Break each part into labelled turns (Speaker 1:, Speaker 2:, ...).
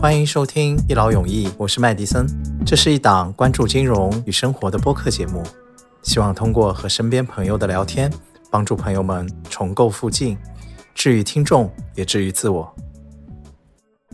Speaker 1: 欢迎收听一劳永逸，我是麦迪森。这是一档关注金融与生活的播客节目，希望通过和身边朋友的聊天，帮助朋友们重构附近，治愈听众，也治愈自我。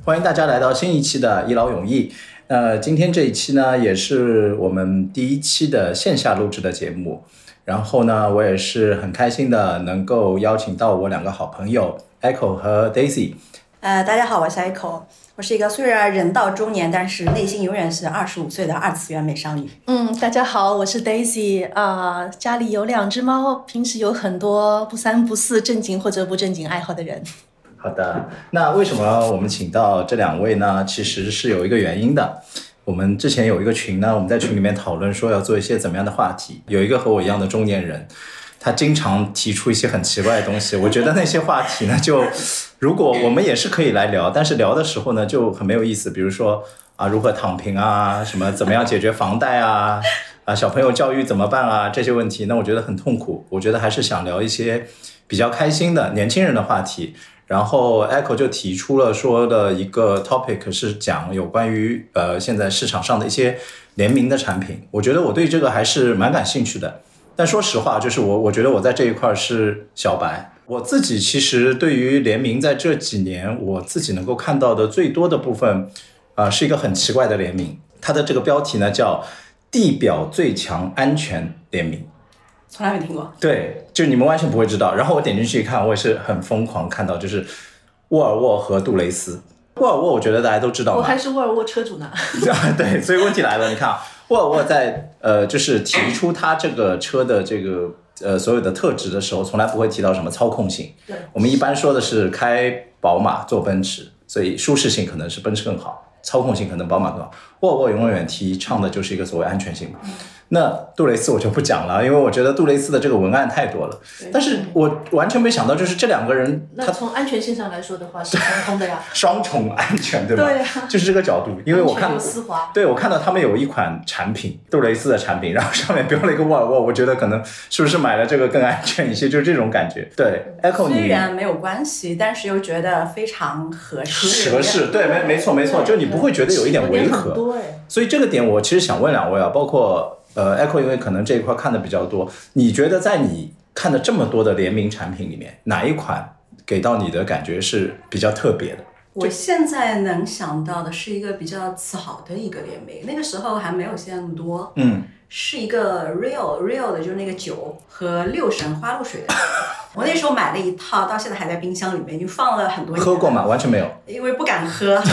Speaker 1: 欢迎大家来到新一期的一劳永逸。那今天这一期呢，也是我们第一期的线下录制的节目。然后呢，我也是很开心的能够邀请到我两个好朋友 Echo 和 Daisy。
Speaker 2: 呃，大家好，我是 Echo，我是一个虽然人到中年，但是内心永远是二十五岁的二次元美少女。
Speaker 3: 嗯，大家好，我是 Daisy 啊、家里有两只猫，平时有很多不三不四、正经或者不正经爱好的人。
Speaker 1: 好的，那为什么我们请到这两位呢？其实是有一个原因的。我们之前有一个群呢，我们在群里面讨论说要做一些怎么样的话题。有一个和我一样的中年人，他经常提出一些很奇怪的东西。我觉得那些话题呢，就如果我们也是可以来聊，但是聊的时候呢就很没有意思。比如说啊，如何躺平啊，什么怎么样解决房贷啊，啊小朋友教育怎么办啊这些问题，那我觉得很痛苦。我觉得还是想聊一些比较开心的年轻人的话题。然后 Echo 就提出了说的一个 topic 是讲有关于呃现在市场上的一些联名的产品，我觉得我对这个还是蛮感兴趣的。但说实话，就是我我觉得我在这一块是小白。我自己其实对于联名在这几年我自己能够看到的最多的部分，啊、是一个很奇怪的联名，它的这个标题呢叫“地表最强安全联名”。
Speaker 2: 从来没听过。
Speaker 1: 对，就你们完全不会知道。然后我点进去一看，我也是很疯狂看到，就是沃尔沃和杜蕾斯。沃尔沃，我觉得大家都知道
Speaker 3: 我
Speaker 1: 嘛
Speaker 3: 还，是沃尔沃车主呢。
Speaker 1: 对，所以问题来了，你看啊，沃尔沃在呃，就是提出它这个车的这个呃所有的特质的时候，从来不会提到什么操控性。
Speaker 3: 对
Speaker 1: 我们一般说的是开宝马坐奔驰，所以舒适性可能是奔驰更好，操控性可能宝马更好。沃尔沃永远提倡的就是一个所谓安全性嘛。那杜蕾斯我就不讲了，因为我觉得杜蕾斯的这个文案太多了。但是我完全没想到，就是这两个人
Speaker 3: 那从安全性上来说的话，是相通的呀。
Speaker 1: 双重安全，对吧？
Speaker 3: 对呀
Speaker 1: 就是这个角 度，因为我看
Speaker 3: 安全又丝滑
Speaker 1: 对我看到他们有一款产品，杜蕾斯的产品，然后上面标了一个沃尔沃，我觉得可能是不是买了这个更安全一些，就是这种感觉。对，Echo
Speaker 2: 虽
Speaker 1: 你
Speaker 2: 然没有关系，但是又觉得非常合适。
Speaker 1: 合适，对，没没错没错，就你不会觉得有一点违
Speaker 3: 很
Speaker 1: 和。
Speaker 3: 多哎。
Speaker 1: 所以这个点我其实想问两位啊，包括呃 Echo，因为可能这一块看的比较多，你觉得在你看的这么多的联名产品里面，哪一款给到你的感觉是比较特别的？
Speaker 2: 我现在能想到的是一个比较早的一个联名，那个时候还没有现在那么多，
Speaker 1: 嗯，
Speaker 2: 是一个 real real 的，就是那个酒和六神花露水 的。我那时候买了一套，到现在还在冰箱里面，已经放了很多年。
Speaker 1: 嗯喝过吗？完全没有。
Speaker 2: 因为不敢喝。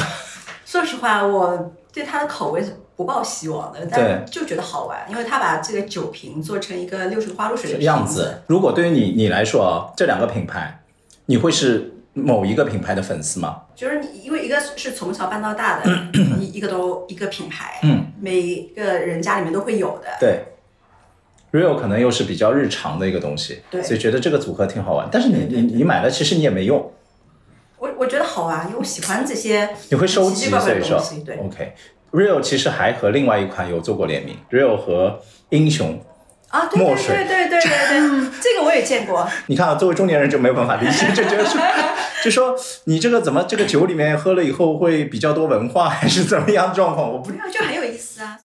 Speaker 2: 说实话，我对它的口味是不抱希望的，但就觉得好玩，因为它把这个酒瓶做成一个六神花露水的瓶
Speaker 1: 样子。。如果对于你你来说啊，这两个品牌，你会是某一个品牌的粉丝吗？
Speaker 2: 就是你，因为一个是从小办 到大的，一一个都一个品牌，
Speaker 1: 嗯，
Speaker 2: 每个人家里面都会有的。
Speaker 1: 对，Real 可能又是比较日常的一个东西，
Speaker 2: 对
Speaker 1: 所以觉得这个组合挺好玩。但是你你你买了，其实你也没用，
Speaker 2: 我我觉得好玩，因为我喜欢这些
Speaker 1: 你会收
Speaker 2: 奇
Speaker 1: 集，
Speaker 2: 奇怪怪
Speaker 1: 所以
Speaker 2: 的
Speaker 1: 说
Speaker 2: 东西。对，
Speaker 1: OK。Real 其实还和另外一款有做过联名，Real 和英雄。
Speaker 2: 啊，对
Speaker 1: 墨
Speaker 2: 对
Speaker 1: 水
Speaker 2: 对对对对 对，这个我也见过。
Speaker 1: 你看啊，作为中年人就没有办法理解，就觉得说，就说你这个怎么这个酒里面喝了以后会比较多文化，还是怎么样状况？我不
Speaker 2: 没有，就很有意思啊。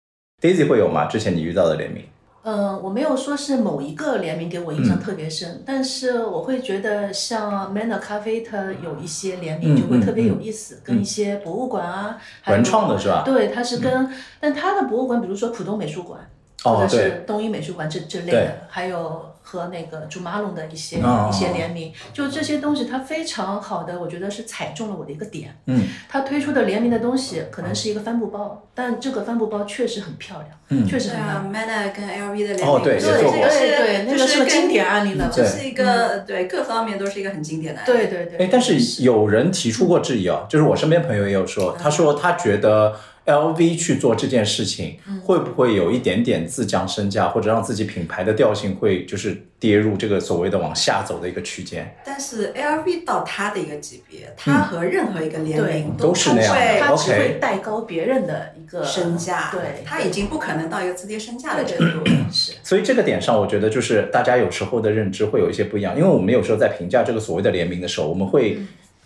Speaker 1: Daisy 会有吗？之前你遇到的联名？
Speaker 3: 嗯，我没有说是某一个联名给我印
Speaker 1: 嗯
Speaker 3: 象特别深，但是我会觉得像 Manner 咖啡，它有一些联名
Speaker 1: 嗯
Speaker 3: 就会特别
Speaker 1: 嗯
Speaker 3: 有意思，跟一些博物馆啊，还有
Speaker 1: 文创的是吧？
Speaker 3: 对，它是跟，但它的博物馆，比如说浦东美术馆，
Speaker 1: 哦
Speaker 3: 或者
Speaker 1: 对
Speaker 3: 是东一美术馆这这类
Speaker 1: 对
Speaker 3: 的，还有和那个祖马龙的一些、
Speaker 1: 哦
Speaker 3: 一些联名，就这些东西，它非常好的，我觉得是踩中了我的一个点。
Speaker 1: 嗯，
Speaker 3: 它推出的联名的东西可能是一个帆布包，但这个帆布包确实很漂亮，
Speaker 1: 嗯
Speaker 3: 确实
Speaker 2: 对
Speaker 3: 很漂
Speaker 2: 啊
Speaker 3: 亮。
Speaker 2: ，Mana 跟 LV 的联名，
Speaker 1: 哦对也
Speaker 2: 这个
Speaker 1: 做过嗯
Speaker 3: 对对
Speaker 2: 这
Speaker 3: 那
Speaker 2: 个就
Speaker 3: 个
Speaker 2: 是是
Speaker 3: 个
Speaker 2: 跟
Speaker 3: 经典案例了嗯
Speaker 2: 这是一个对各方面都是一个很经典的案例。
Speaker 3: 对对嗯对。
Speaker 1: 哎，但是有人提出过质疑啊，就是我身边朋友也有说，
Speaker 3: 嗯
Speaker 1: 他说他觉得 LV 去做这件事情，
Speaker 3: 嗯
Speaker 1: 会不会有一点点自降身价，或者让自己品牌的调性会就是跌入这个所谓的往下走的一个区间？
Speaker 2: 但是 LV 到它的一个级别，它和任何一个联名
Speaker 1: 嗯对都是那样的
Speaker 2: 会
Speaker 3: 它只
Speaker 1: OK
Speaker 3: 会带高别人的一个
Speaker 2: 身价，
Speaker 3: 对，
Speaker 2: 它已经不可能到一个直接身价的程度。
Speaker 3: 是
Speaker 1: 所以这个点上，我觉得就是大家有时候的认知会有一些不一样，因为我们有时候在评价这个所谓的联名的时候，我们会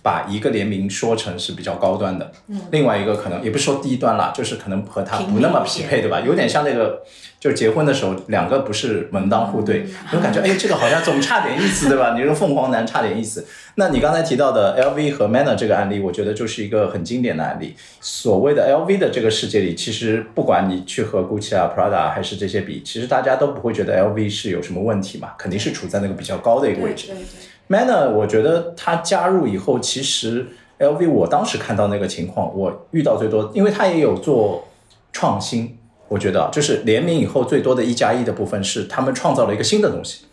Speaker 1: 把一个联名说成是比较高端的，
Speaker 3: 嗯
Speaker 1: 另外一个可能也不是说低端啦，就是可能和它
Speaker 3: 平
Speaker 1: 不
Speaker 3: 民
Speaker 1: 那
Speaker 3: 一
Speaker 1: 么匹
Speaker 3: 点
Speaker 1: 配，对吧？有点像那个，就是结婚的时候两个不是门当户对，
Speaker 3: 嗯
Speaker 1: 我感觉哎，这个好像总差点意思，对吧？你说凤凰男差点意思。那你刚才提到的 LV 和 Manner 这个案例，我觉得就是一个很经典的案例。所谓的 LV 的这个世界里，其实不管你去和 GUCCI 啊、Prada 还是这些比，其实大家都不会觉得 LV 是有什么问题嘛，肯定是处在那个比较高的一个位
Speaker 2: 对
Speaker 1: 置。
Speaker 2: 对对，
Speaker 1: Manner，我觉得他加入以后，其实 LV 我当时看到那个情况，我遇到最多，因为他也有做创新，我觉得啊就是联名以后最多的一加一的部分是他们创造了一个新的东西。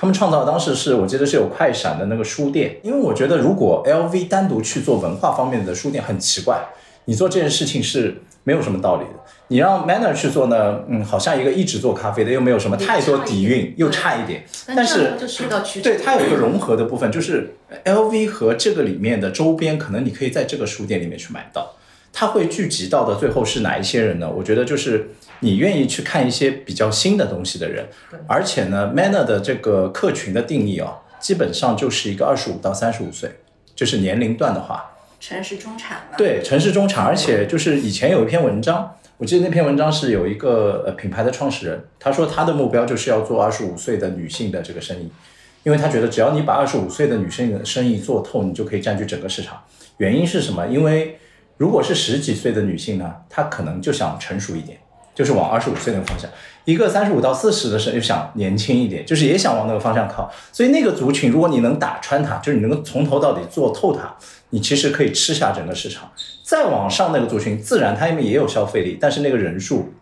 Speaker 1: 他们创造当时是我记得是有快闪的那个书店，因为我觉得如果 LV 单独去做文化方面的书店很奇怪，你做这件事情是没有什么道理的。你让 Manner 去做呢，嗯，好像一个一直做咖啡的又没有什么太多底蕴，又差一点，但
Speaker 3: 但这
Speaker 1: 是
Speaker 3: 样就水到渠成。
Speaker 1: 对，它有一个融合的部分，就是 LV 和这个里面的周边，可能你可以在这个书店里面去买到。它会聚集到的最后是哪一些人呢？我觉得就是你愿意去看一些比较新的东西的人
Speaker 3: 对，
Speaker 1: 而且呢，Manner 的这个客群的定义哦，基本上就是一个二十五到三十五岁，就是年龄段的话，
Speaker 2: 城市中产嘛，
Speaker 1: 对，城市中产，而且就是以前有一篇文章，我记得那篇文章是有一个呃品牌的创始人，他说他的目标就是要做二十五岁的女性的这个生意，因为他觉得只要你把二十五岁的女性的生意做透，你就可以占据整个市场。原因是什么？因为如果是十几岁的女性呢，她可能就想成熟一点，就是往二十五岁那个方向；一个三十五到四十的时候又想年轻一点，就是也想往那个方向靠。所以那个族群，如果你能打穿它，就是你能够从头到底做透它，你其实可以吃下整个市场。再往上那个族群，自然他们也有消费力，但是那个人数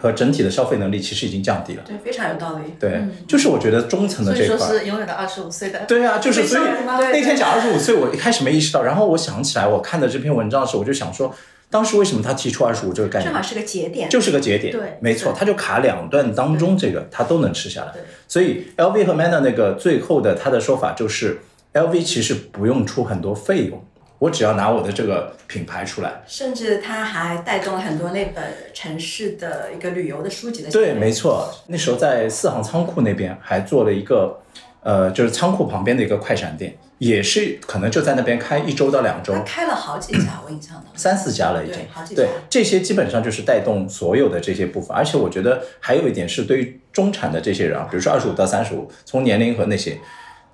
Speaker 1: 和整体的消费能力其实已经降低了。
Speaker 2: 对，非常有道理。
Speaker 1: 对，就是我觉得中层的
Speaker 3: 嗯所
Speaker 1: 这
Speaker 3: 以
Speaker 1: 一块
Speaker 3: 说。是永远的二十五岁的。
Speaker 1: 对啊，就是
Speaker 3: 对
Speaker 1: 所以
Speaker 3: 上面嘛
Speaker 2: 对
Speaker 1: 那天讲二十五岁，我一开始没意识到，然后我想起来我看的这篇文章的时候，我就想说，当时为什么他提出二十五这个概
Speaker 2: 正
Speaker 1: 念
Speaker 2: 好，是个节点，
Speaker 1: 就是个节点，
Speaker 3: 对
Speaker 1: 没错，
Speaker 3: 对
Speaker 1: 他就卡两段当中这个他都能吃下来
Speaker 3: 对，
Speaker 1: 所以 LV 和 Manner 那个最后的他的说法就是，LV 其实不用出很多费用，我只要拿我的这个品牌出来，
Speaker 2: 甚至它还带动了很多那本城市的一个旅游的书籍的
Speaker 1: 对，
Speaker 2: 形
Speaker 1: 没
Speaker 2: 式
Speaker 1: 错，那时候在四行仓库那边还做了一个，呃，就是仓库旁边的一个快闪店，也是可能就在那边开一周到两周
Speaker 2: 它，开了好几家，我印象当中
Speaker 1: 三四家了已经
Speaker 2: 对好。几家
Speaker 1: 对，这些基本上就是带动所有的这些部分，而且我觉得还有一点是对于中产的这些人啊，比如说二十五到三十五，从年龄和那些，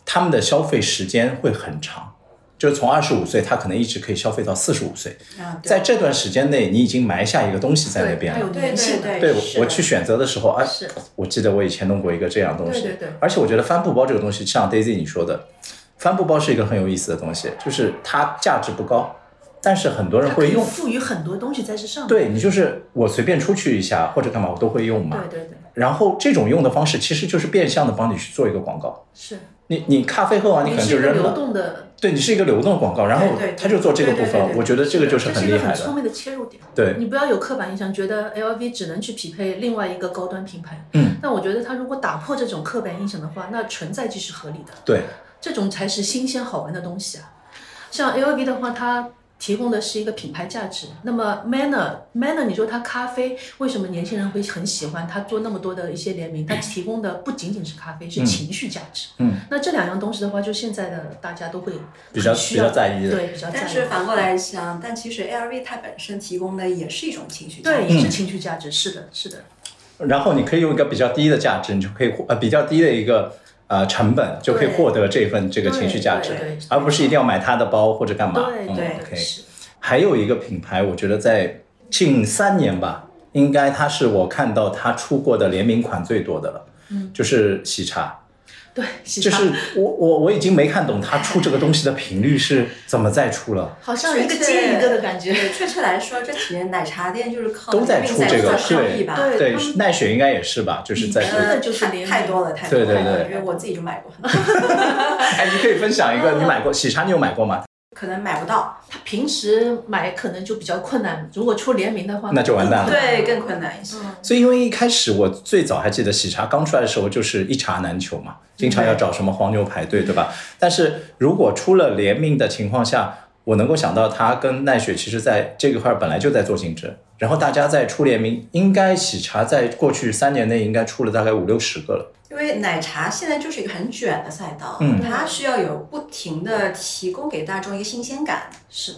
Speaker 1: 他们的消费时间会很长。就是从二十五岁，他可能一直可以消费到四十五岁，
Speaker 2: 啊，对
Speaker 1: 在这段时间内，你已经埋下一个东西在那
Speaker 3: 对，
Speaker 1: 边
Speaker 3: 它
Speaker 1: 了
Speaker 3: 有。粘性的。
Speaker 2: 对
Speaker 1: 对，我
Speaker 2: 是
Speaker 1: 我
Speaker 2: 的
Speaker 1: 去选择的时候，哎
Speaker 3: 是，
Speaker 1: 我记得我以前弄过一个这样东西，
Speaker 3: 对对对
Speaker 1: 而且我觉得帆布包这个东西，像 Daisy 你说的，帆布包是一个很有意思的东西，就是它价值不高，但是很多人
Speaker 3: 它可
Speaker 1: 会
Speaker 3: 以
Speaker 1: 用。
Speaker 3: 赋予很多东西在这上面。
Speaker 1: 对你就是我随便出去一下或者干嘛，我都会用嘛。
Speaker 3: 对对对，
Speaker 1: 然后这种用的方式其实就是变相的帮你去做一个广告。
Speaker 3: 是。
Speaker 1: 你你咖啡喝完，你可
Speaker 3: 也
Speaker 1: 能
Speaker 3: 是
Speaker 1: 就
Speaker 3: 一个
Speaker 1: 扔
Speaker 3: 流
Speaker 1: 了。
Speaker 3: 动的，
Speaker 1: 对你是一个流动广告，然后
Speaker 2: 对对
Speaker 1: 他就做这个部
Speaker 2: 对对对
Speaker 1: 分，
Speaker 2: 对
Speaker 1: 我觉得这个就是是
Speaker 3: 这是
Speaker 1: 很厉
Speaker 3: 一个
Speaker 1: 害
Speaker 3: 很聪
Speaker 1: 的。
Speaker 3: 明的切入点。
Speaker 1: 对
Speaker 3: 你不要有刻板印象，觉得 LV 只能去匹配另外一个高端品牌。
Speaker 1: 嗯，
Speaker 3: 但我觉得它如果打破这种刻板印象的话，那存在即是合理的，
Speaker 1: 对
Speaker 3: 这种才是新鲜好玩的东西啊。像 LV 的话，它提供的是一个品牌价值。那么 Manner Manner，你说它咖啡为什么年轻人会很喜欢？它做那么多的一些联名，它提供的不仅仅是咖啡，是情绪价值。
Speaker 1: 嗯，
Speaker 3: 那这两样东西的话，就现在的大家都会
Speaker 1: 比较
Speaker 3: 很需要嗯
Speaker 1: 比较在意的
Speaker 3: 对，比较在意。
Speaker 2: 但是反过来想，但其实 LV 它本身提供的也是一种情绪价值
Speaker 3: 对，也是情绪价值，是的，是的，
Speaker 1: 然后你可以用一个比较低的价值，你就可以获呃比较低的一个呃成本，就可以获得这份这个情绪价值
Speaker 3: 对对对，
Speaker 1: 而不是一定要买他的包或者干嘛。
Speaker 3: 对
Speaker 1: 嗯
Speaker 3: 对
Speaker 1: ，OK
Speaker 3: 对，是，
Speaker 1: 还有一个品牌，我觉得在近三年吧，应该它是我看到它出过的联名款最多的了，嗯，就是喜茶。
Speaker 3: 对，喜
Speaker 1: 就
Speaker 3: 茶
Speaker 1: 是我我我已经没看懂它出这个东西的频率是怎么在出了。
Speaker 3: 好像一个接一个的感觉。
Speaker 2: 对，确切来说，这几年奶茶店就是靠
Speaker 1: 都在
Speaker 2: 命
Speaker 1: 出这个
Speaker 2: 做生
Speaker 1: 对
Speaker 2: 意吧。
Speaker 3: 对
Speaker 1: 对
Speaker 3: 他们，
Speaker 1: 奈雪应该也是吧，就是在
Speaker 3: 真
Speaker 1: 这。
Speaker 3: 的就是
Speaker 2: 太
Speaker 3: 联名
Speaker 2: 太多了，太多了，
Speaker 1: 对对对
Speaker 2: 因为我自己就买过，
Speaker 1: 哎，你可以分享一个，你买过喜茶，你有买过吗？
Speaker 2: 可能买不到，
Speaker 3: 他平时买可能就比较困难，如果出联名的话，
Speaker 1: 那就完
Speaker 3: 嗯
Speaker 1: 蛋了
Speaker 2: 对，更困难一些。
Speaker 1: 所以，因为一开始我最早还记得喜茶刚出来的时候，就是一茶难求嘛，经常要找什么黄牛排队，对吧？但是如果出了联名的情况下，我能够想到它跟奈雪其实在这个块儿本来就在做竞争，然后大家在出联名，应该喜茶在过去三年内应该出了大概五六十个了。
Speaker 2: 因因为奶茶现在就是一个很卷的赛道，
Speaker 1: 嗯
Speaker 2: 它需要有不停的提供给大众一个新鲜感。
Speaker 3: 是，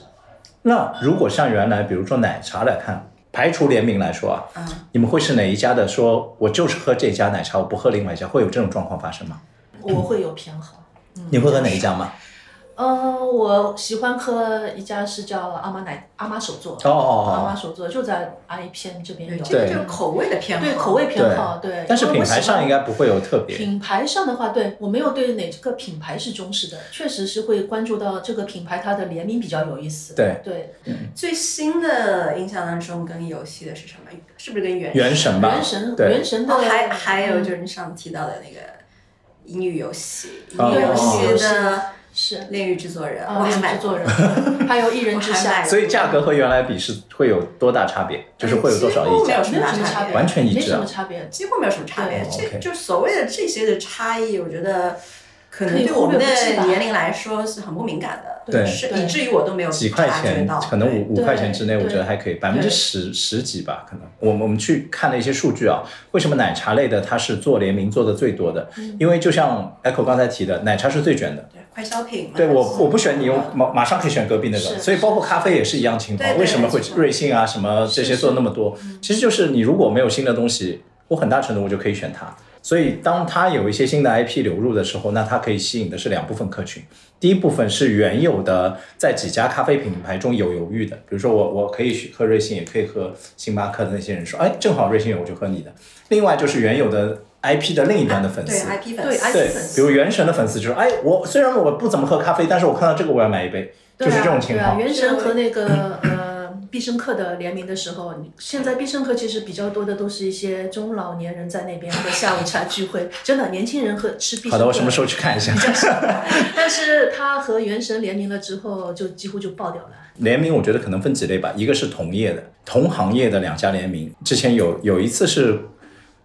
Speaker 1: 那如果像原来比如说奶茶来看，排除联名来说啊，
Speaker 2: 嗯，
Speaker 1: 你们会是哪一家的？说我就是喝这家奶茶，我不喝另外一家，会有这种状况发生吗？
Speaker 3: 我会有偏好。
Speaker 1: 你会喝哪一家吗？
Speaker 3: 呃，我喜欢喝一家是叫阿妈奶阿妈手作，
Speaker 1: 哦
Speaker 3: 阿妈
Speaker 1: 哦哦，
Speaker 3: 手作就在 I 片这边有，
Speaker 2: 这个
Speaker 1: 对
Speaker 2: 就是口味的偏好，
Speaker 3: 对口味偏好，对。
Speaker 1: 但是
Speaker 3: 哦因为
Speaker 1: 品
Speaker 3: 我
Speaker 1: 牌
Speaker 3: 喜欢
Speaker 1: 上应该不会有特别。
Speaker 3: 品牌上的话，对我没有对哪个品牌是忠实的，确实是会关注到这个品牌它的联名比较有意思。
Speaker 1: 对
Speaker 3: 对，
Speaker 2: 最新的印象当中跟游戏的是什么？是不是跟原
Speaker 1: 原神吧
Speaker 3: 原神
Speaker 1: 对
Speaker 3: 原神的
Speaker 2: 哦，还还有就是是你上次提到的那个音域游戏，音
Speaker 1: 哦
Speaker 2: 域游戏的
Speaker 3: 是
Speaker 2: 炼狱制作人，我
Speaker 3: 啊，
Speaker 2: 还买
Speaker 3: 制作
Speaker 2: 过。
Speaker 3: 人，嗯还有一人之
Speaker 2: 我还
Speaker 3: 下
Speaker 2: 买，
Speaker 1: 所以价格和原来比是会有多大差别？就是会有多少
Speaker 2: 几乎
Speaker 1: 溢
Speaker 2: 没有
Speaker 1: 价？
Speaker 2: 什
Speaker 3: 没有
Speaker 2: 么
Speaker 3: 什么差别，
Speaker 1: 完全一致啊
Speaker 3: 没什么差别。
Speaker 2: 几乎没有什么差别。
Speaker 3: 对
Speaker 2: 这
Speaker 1: OK
Speaker 2: 就所谓的这些的差异，我觉得可能
Speaker 3: 可以
Speaker 2: 对我
Speaker 3: 忽略
Speaker 2: 们的
Speaker 3: 不计吧
Speaker 2: 年龄来说是很不敏感的，
Speaker 1: 对
Speaker 2: 是
Speaker 3: 对
Speaker 2: 以至于我都没有
Speaker 1: 几块
Speaker 2: 察觉
Speaker 1: 钱
Speaker 2: 到，
Speaker 1: 可能
Speaker 2: 对
Speaker 1: 五五
Speaker 3: 对
Speaker 1: 块钱之内，我
Speaker 3: 对
Speaker 1: 觉得还可以，百分之
Speaker 3: 对
Speaker 1: 十十几吧，可能。我们我们去看了一些数据啊，为什么奶茶类的它是做联名做的最多的？
Speaker 3: 嗯
Speaker 1: 因为就像 Echo 刚才提的，奶茶是最卷的。
Speaker 2: 对快消品嘛。
Speaker 1: 对我，
Speaker 2: 是
Speaker 1: 我不选你，我马马上可以选隔壁那个，
Speaker 3: 是
Speaker 1: 所以包括咖啡也是一样情
Speaker 2: 对
Speaker 1: 况。
Speaker 2: 对
Speaker 1: 为什么会
Speaker 2: 没错
Speaker 1: 瑞幸啊什么这些做那么多？其实就是你如果没有新的东西，我很大程度我就可以选它。所以当它有一些新的 IP 流入的时候，那它可以吸引的是两部分客群。第一部分是原有的在几家咖啡品牌中有犹豫的，比如说我我可以去喝瑞幸，也可以喝星巴克的那些人说，哎，正好瑞幸有我就喝你的。另外就是原有的 IP 的另一端的粉丝，
Speaker 2: 啊对 IP 粉
Speaker 3: 对
Speaker 2: 丝，
Speaker 1: 对
Speaker 3: IP 粉，丝
Speaker 1: 比如原神的粉丝就是，哎，我虽然我不怎么喝咖啡，但是我看到这个我要买一杯，
Speaker 3: 对
Speaker 1: 就
Speaker 3: 啊
Speaker 1: 是这种情
Speaker 3: 对啊，
Speaker 1: 况。
Speaker 3: 原神和那个呃必胜客的联名的时候，你现在必胜客其实比较多的都是一些中老年人在那边喝下午茶聚会，真的年轻人喝吃必胜客。
Speaker 1: 好的，我什么时候去看一下？
Speaker 3: 但是它和原神联名了之后，就几乎就爆掉了。
Speaker 1: 联名我觉得可能分几类吧，一个是同业的，同行业的两家联名，之前有有一次是，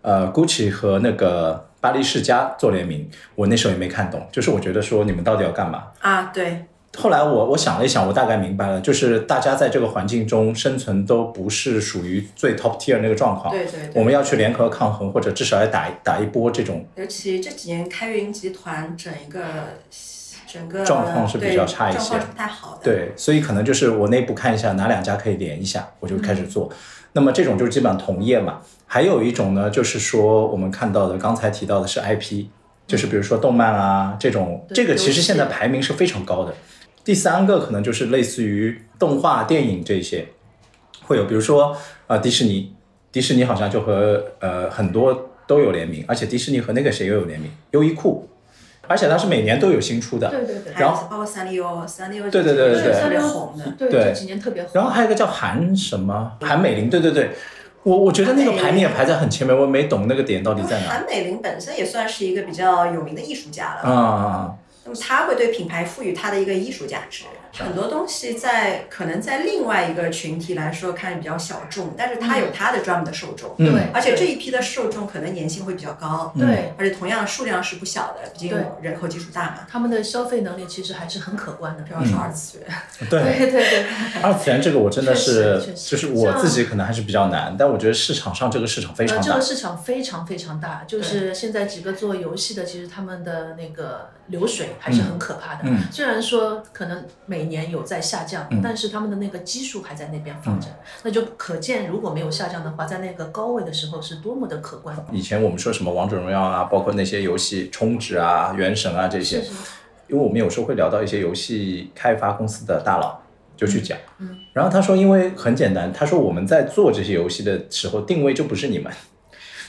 Speaker 1: 呃，GUCCI 和那个巴黎世家做联名，我那时候也没看懂，就是我觉得说你们到底要干嘛？
Speaker 2: 啊，对，
Speaker 1: 后来我我想了一想，我大概明白了，就是大家在这个环境中生存都不是属于最 top tier 那个状况，
Speaker 2: 对对对
Speaker 1: 我们要去联合抗衡，或者至少要打打一波这种
Speaker 2: 尤其这几年开云集团整一个整个
Speaker 1: 状况是比较差一些
Speaker 2: 对状况是不太好的。
Speaker 1: 对，所以可能就是我内部看一下哪两家可以连一下，我就开始做。那么这种就是基本上同业嘛。还有一种呢，就是说我们看到的刚才提到的是 IP，就是比如说动漫啊这种，
Speaker 3: 对
Speaker 1: 这个其
Speaker 3: 游
Speaker 1: 实
Speaker 3: 戏
Speaker 1: 现在排名是非常高的。第三个可能就是类似于动画、电影这些，会有比如说呃迪士尼，迪士尼好像就和呃很多都有联名，而且迪士尼和那个谁又有联名，优衣库，而且它是每年都有新出的。
Speaker 3: 对对对
Speaker 2: 还有包括三丽鸥，三丽鸥
Speaker 1: 对对对对对
Speaker 2: 这几年特别红的，
Speaker 3: 对
Speaker 1: 对
Speaker 3: 这几年特别
Speaker 1: 然后
Speaker 3: 火。
Speaker 1: 还有一个叫韩什么韩美玲，对对对，我我觉得那个排名也排在很前面，我也没懂那个点到底
Speaker 2: 因为
Speaker 1: 在 哪。
Speaker 2: 韩美玲本身也算是一个比较有名的艺术家了，
Speaker 1: 啊啊，啊
Speaker 2: 那么它会对品牌赋予它的一个艺术价值。很多东西在可能在另外一个群体来说看着比较小众，但是它有它的专门的受众，
Speaker 1: 嗯
Speaker 3: 对，
Speaker 2: 而且这一批的受众可能粘性会比较高，
Speaker 3: 对
Speaker 2: 而且同样数量是不小的，毕竟
Speaker 3: 对
Speaker 2: 人口基数大嘛，
Speaker 3: 他们的消费能力其实还是很可观的
Speaker 2: 不。
Speaker 1: 嗯
Speaker 2: 要说二次元。
Speaker 1: 对，
Speaker 3: 对对对，
Speaker 1: 二次元这个我真的是
Speaker 3: 确实
Speaker 1: 就
Speaker 3: 确，实
Speaker 1: 是我自己可能还是比较难，但我觉得市场上这个市场非
Speaker 3: 呃，
Speaker 1: 常
Speaker 3: 这
Speaker 1: 大
Speaker 3: 个。市场非常非常大，就是现在几个做游戏的，其实他们的那个流水还是很可怕的。
Speaker 1: 嗯
Speaker 3: 虽然说可能每年有在下降，但是他们的那个基数还在那边放着，
Speaker 1: 嗯
Speaker 3: 那就可见如果没有下降的话，在那个高位的时候是多么的可观。
Speaker 1: 以前我们说什么王者荣耀啊，包括那些游戏充值啊、原神啊这些，
Speaker 3: 是是
Speaker 1: 因为我们有时候会聊到一些游戏开发公司的大佬，就去讲，
Speaker 3: 嗯
Speaker 1: 然后他说，因为很简单，他说我们在做这些游戏的时候定位就不是你们，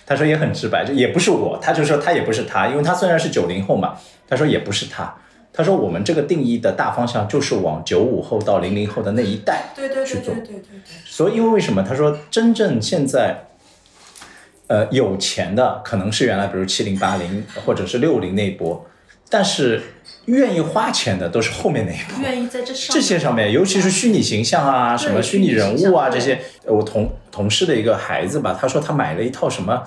Speaker 1: 他说也很直白，就也不是我，他就说他也不是他，因为他虽然是九零后嘛，他说也不是他，他说我们这个定义的大方向就是往九五后到零零后的那一代
Speaker 2: 对对
Speaker 1: 去
Speaker 2: 对
Speaker 1: 做
Speaker 2: 对对对对，
Speaker 1: 所以，因为为什么他说真正现在，呃，有钱的可能是原来比如七零八零或者是六零那一波，但是愿意花钱的都是后面那一波。
Speaker 3: 愿意在这上
Speaker 1: 这些上面，尤其是虚拟形象啊，
Speaker 3: 对
Speaker 1: 什么虚拟人物啊
Speaker 3: 虚拟形象
Speaker 1: 这些，呃我同同事的一个孩子吧，他说他买了一套什么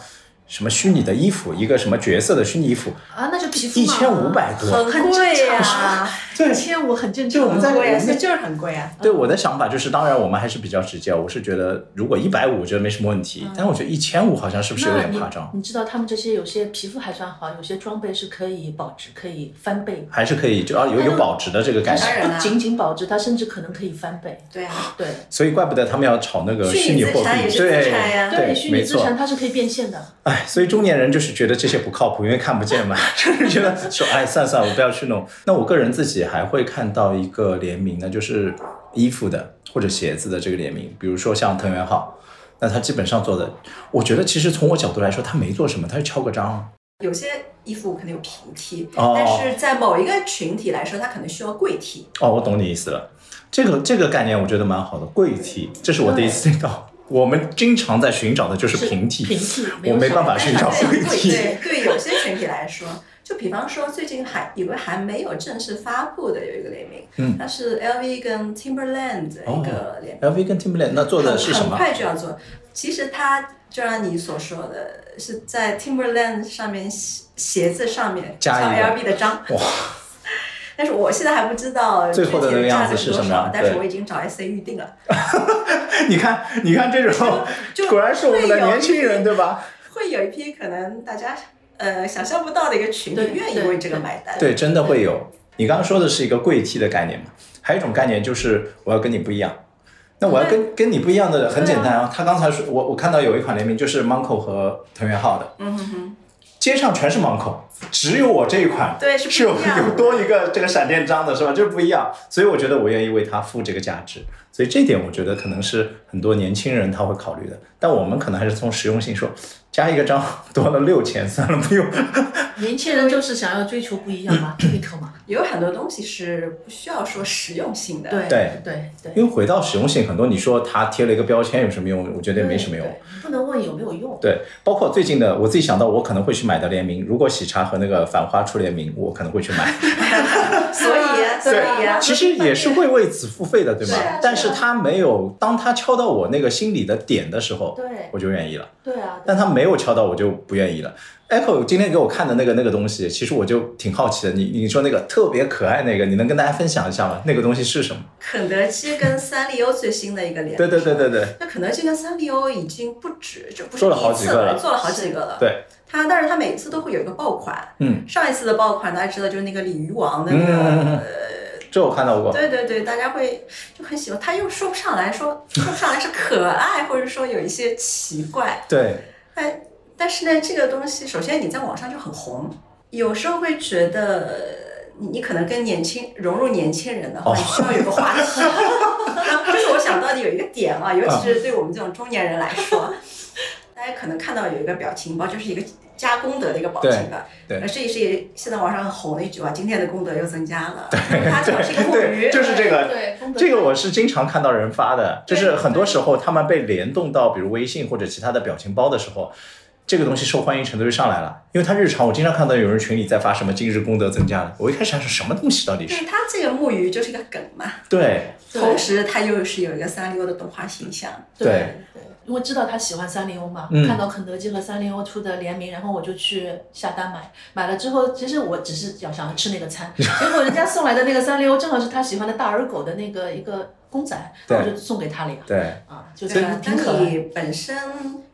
Speaker 1: 什么虚拟的衣服，一个什么角色的虚拟衣服，
Speaker 3: 啊，那就皮肤
Speaker 1: 一千五百多，
Speaker 2: 很贵呀、
Speaker 1: 对
Speaker 3: 一千五很正常。
Speaker 1: 就我们在
Speaker 2: 贵啊，
Speaker 1: 我们在
Speaker 2: 所以就是很贵啊。
Speaker 1: 对我的想法就是，当然我们还是比较直接。我是觉得，如果一百五，我觉得没什么问题，但我觉得一千五好像是不是有
Speaker 3: 那
Speaker 1: 点
Speaker 3: 你
Speaker 1: 夸张？
Speaker 3: 你知道他们这些有些皮肤还算好，有些装备是可以保值，可以翻倍。
Speaker 1: 还是可以，就啊有有保值的这个概
Speaker 3: 但
Speaker 1: 念。
Speaker 2: 当
Speaker 3: 是
Speaker 2: 然啦
Speaker 3: 不仅仅保值，它甚至可能可以翻倍。
Speaker 2: 对啊，
Speaker 3: 对
Speaker 1: 所以怪不得他们要炒那个
Speaker 2: 虚拟
Speaker 1: 虚拟
Speaker 2: 资
Speaker 1: 货币
Speaker 2: 产也，是
Speaker 1: 对
Speaker 2: 资产呀
Speaker 3: 虚
Speaker 1: 对，
Speaker 3: 拟
Speaker 1: 没
Speaker 3: 资
Speaker 1: 错。
Speaker 3: 产它是可以变现的。
Speaker 1: 哎，所以中年人就是觉得这些不靠谱，因为看不见嘛，就是觉得说哎算算，我不要去弄。那我个人自己还会看到一个联名呢，就是衣服的或者鞋子的这个联名，比如说像藤原浩，那他基本上做的，我觉得其实从我角度来说，他没做什么，他就敲个章。
Speaker 2: 有些衣服可能有平替，
Speaker 1: 哦
Speaker 2: 但是在某一个群体来说，它可能需要贵替。
Speaker 1: 哦，我懂你意思了，这个这个概念我觉得蛮好的，贵体，这是我第一次听到。我们经常在寻找的就是平替，
Speaker 3: 平替没有
Speaker 1: 我没办法
Speaker 2: 但
Speaker 1: 寻
Speaker 2: 是
Speaker 1: 找
Speaker 2: 对
Speaker 1: 贵体。
Speaker 2: 对对，有些群体来说，就比方说最近还有个还没有正式发布的有一个联名，
Speaker 1: 嗯
Speaker 2: 它是 LV 跟 Timberland 的一个联名，
Speaker 1: LV 跟 Timberland 那做的是什
Speaker 2: 很
Speaker 1: 么？
Speaker 2: 快就要做。其实它就像你所说的，是在 Timberland 上面鞋鞋子上面
Speaker 1: 加
Speaker 2: 上
Speaker 1: 一个
Speaker 2: LV 的章，
Speaker 1: 哇，
Speaker 2: 但是我现在还不知道
Speaker 1: 最后的那
Speaker 2: 具
Speaker 1: 个
Speaker 2: 体
Speaker 1: 样
Speaker 2: 价
Speaker 1: 子
Speaker 2: 格
Speaker 1: 是
Speaker 2: 多
Speaker 1: 什么
Speaker 2: 少
Speaker 1: 样
Speaker 2: 但是
Speaker 1: 对
Speaker 2: 我已经找 S A 预定了，
Speaker 1: 你看，你看这种，
Speaker 2: 就
Speaker 1: 果然是我们的
Speaker 2: 会有
Speaker 1: 年轻人，对吧？
Speaker 2: 会有一批可能大家呃想象不到的一个群体
Speaker 3: 对
Speaker 2: 愿意为这个买单。
Speaker 1: 对，真的会有。你刚刚说的是一个贵 T 的概念嘛？还有一种概念就是我要跟你不一样。那我要跟
Speaker 2: 嗯
Speaker 1: 跟你不一样的很简单啊。他刚才说，我我看到有一款联名就是 Manco 和藤原浩的，
Speaker 2: 嗯哼哼，
Speaker 1: 街上全是 Manco，只有我这一款
Speaker 2: 对是
Speaker 1: 是
Speaker 2: 不
Speaker 1: 有
Speaker 2: 一样的
Speaker 1: 有多一个这个闪电章的是吧？这不一样，所以我觉得我愿意为它付这个价值。所以这点我觉得可能是很多年轻人他会考虑的，但我们可能还是从实用性说，加一个章多了六千，算了，不用。
Speaker 3: 年轻人就是想要追求不一样 嘛，typical 嘛。
Speaker 2: 有很多东西是不需要说实用性的。
Speaker 3: 对
Speaker 1: 对
Speaker 3: 对对，
Speaker 1: 因为回到实用性，很多你说它贴了一个标签有什么用？我觉得也没什么用
Speaker 3: 对。。对不能问有没有用。
Speaker 1: 对，包括最近的，我自己想到我可能会去买的联名，如果喜茶和那个繁花出联名，我可能会去买。
Speaker 2: 所以，所以啊，
Speaker 1: 其实也是会为此付费的，对吗？
Speaker 2: 是啊
Speaker 1: 但是他没有，当他敲到我那个心里的点的时候，
Speaker 3: 对
Speaker 1: 我就愿意了。
Speaker 3: 对啊，
Speaker 1: 但他没有敲到，我就不愿意了。Echo 今天给我看的那个那个东西，其实我就挺好奇的。你你说那个特别可爱那个，你能跟大家分享一下吗？那个东西是什么？
Speaker 2: 肯德基跟三丽鸥最新的一个联名，
Speaker 1: 对对对对对
Speaker 2: 那肯德基跟三丽鸥已经不止，这不是
Speaker 1: 做了好
Speaker 2: 第一
Speaker 1: 几
Speaker 2: 次
Speaker 1: 个了
Speaker 2: 做了好几个了。
Speaker 1: 对，
Speaker 2: 它，但是它每次都会有一个爆款。
Speaker 1: 嗯，
Speaker 2: 上一次的爆款大家知道，就是那个鲤鱼王的那
Speaker 1: 嗯嗯嗯嗯
Speaker 2: 个
Speaker 1: 这我看到过。
Speaker 2: 对对对，大家会就很喜欢，他又说不上来说说不上来是可爱，或者说有一些奇怪，
Speaker 1: 对，
Speaker 2: 但哎但是呢，这个东西首先你在网上就很红，有时候会觉得呃你你可能跟年轻融入年轻人的话，
Speaker 1: 哦
Speaker 2: 你需要有个话 题， 这是我想到的有一个点啊，
Speaker 1: 嗯
Speaker 2: 尤其是对我们这种中年人来说， 大家可能看到有一个表情包，就是一个。加功德的一个表情包，
Speaker 1: 对对
Speaker 2: 而这也是现在网上很红的一句话，今天的功德又增加了，它主要是一个互娱，
Speaker 1: 对，就是这个。
Speaker 3: 对，风格
Speaker 1: 这个我是经常看到人发的，就
Speaker 2: 对
Speaker 1: 是很多时候他们被联动到比如微信或者其他的表情包的时候，这个东西受欢迎程度就上来了。因为他日常我经常看到有人群里在发什么今日功德增加了，我一开始还说什么东西到底
Speaker 2: 对，
Speaker 1: 是？
Speaker 2: 它这个木鱼就是一个梗嘛，
Speaker 1: 对
Speaker 3: 对
Speaker 2: 同时它又是有一个三丽鸥的动画形象，
Speaker 1: 对
Speaker 3: 对，因为知道他喜欢三丽鸥嘛，
Speaker 1: 嗯
Speaker 3: 看到肯德基和三丽鸥出的联名，然后我就去下单买，买了之后，其实我只是要想吃那个餐，结果人家送来的那个三丽鸥正好是他喜欢的大耳狗的那个一个公仔，
Speaker 1: 对
Speaker 3: 那我就送给他了呀，
Speaker 1: 对，
Speaker 3: 啊，就
Speaker 2: 对
Speaker 3: 挺
Speaker 2: 吧？
Speaker 3: 挺可
Speaker 2: 当
Speaker 3: 爱，
Speaker 2: 你本身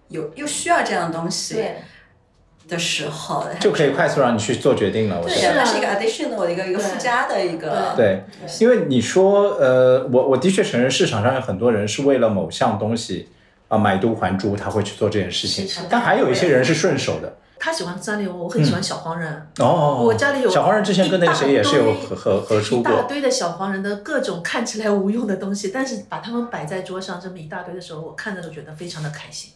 Speaker 2: 有又需要这样的东西
Speaker 3: 对
Speaker 2: 的时候，它
Speaker 1: 就可以快速让你去做决定了。我
Speaker 2: 对
Speaker 1: 觉
Speaker 2: 呀，
Speaker 1: 得
Speaker 2: 它
Speaker 3: 是啊
Speaker 2: 是一个 additional 的一个一个
Speaker 3: 对
Speaker 2: 附加的一个，
Speaker 1: 对，因为你说呃，我我的确承认市场上有很多人是为了某项东西啊买椟还珠，他会去做这件事情
Speaker 3: 是是，
Speaker 1: 但还有一些人是顺手的。
Speaker 3: 他喜欢三丽鸥，我很
Speaker 1: 嗯
Speaker 3: 喜欢小黄人。
Speaker 1: 哦，
Speaker 3: 我家里有
Speaker 1: 小黄人之前跟那个谁也是有
Speaker 3: 一大
Speaker 1: 合
Speaker 3: 堆
Speaker 1: 合合出
Speaker 3: 一大
Speaker 1: 过，
Speaker 3: 堆的小黄人的各种看起来无用的东西，但是把它们摆在桌上这么一大堆的时候，我看着都觉得非常的开心，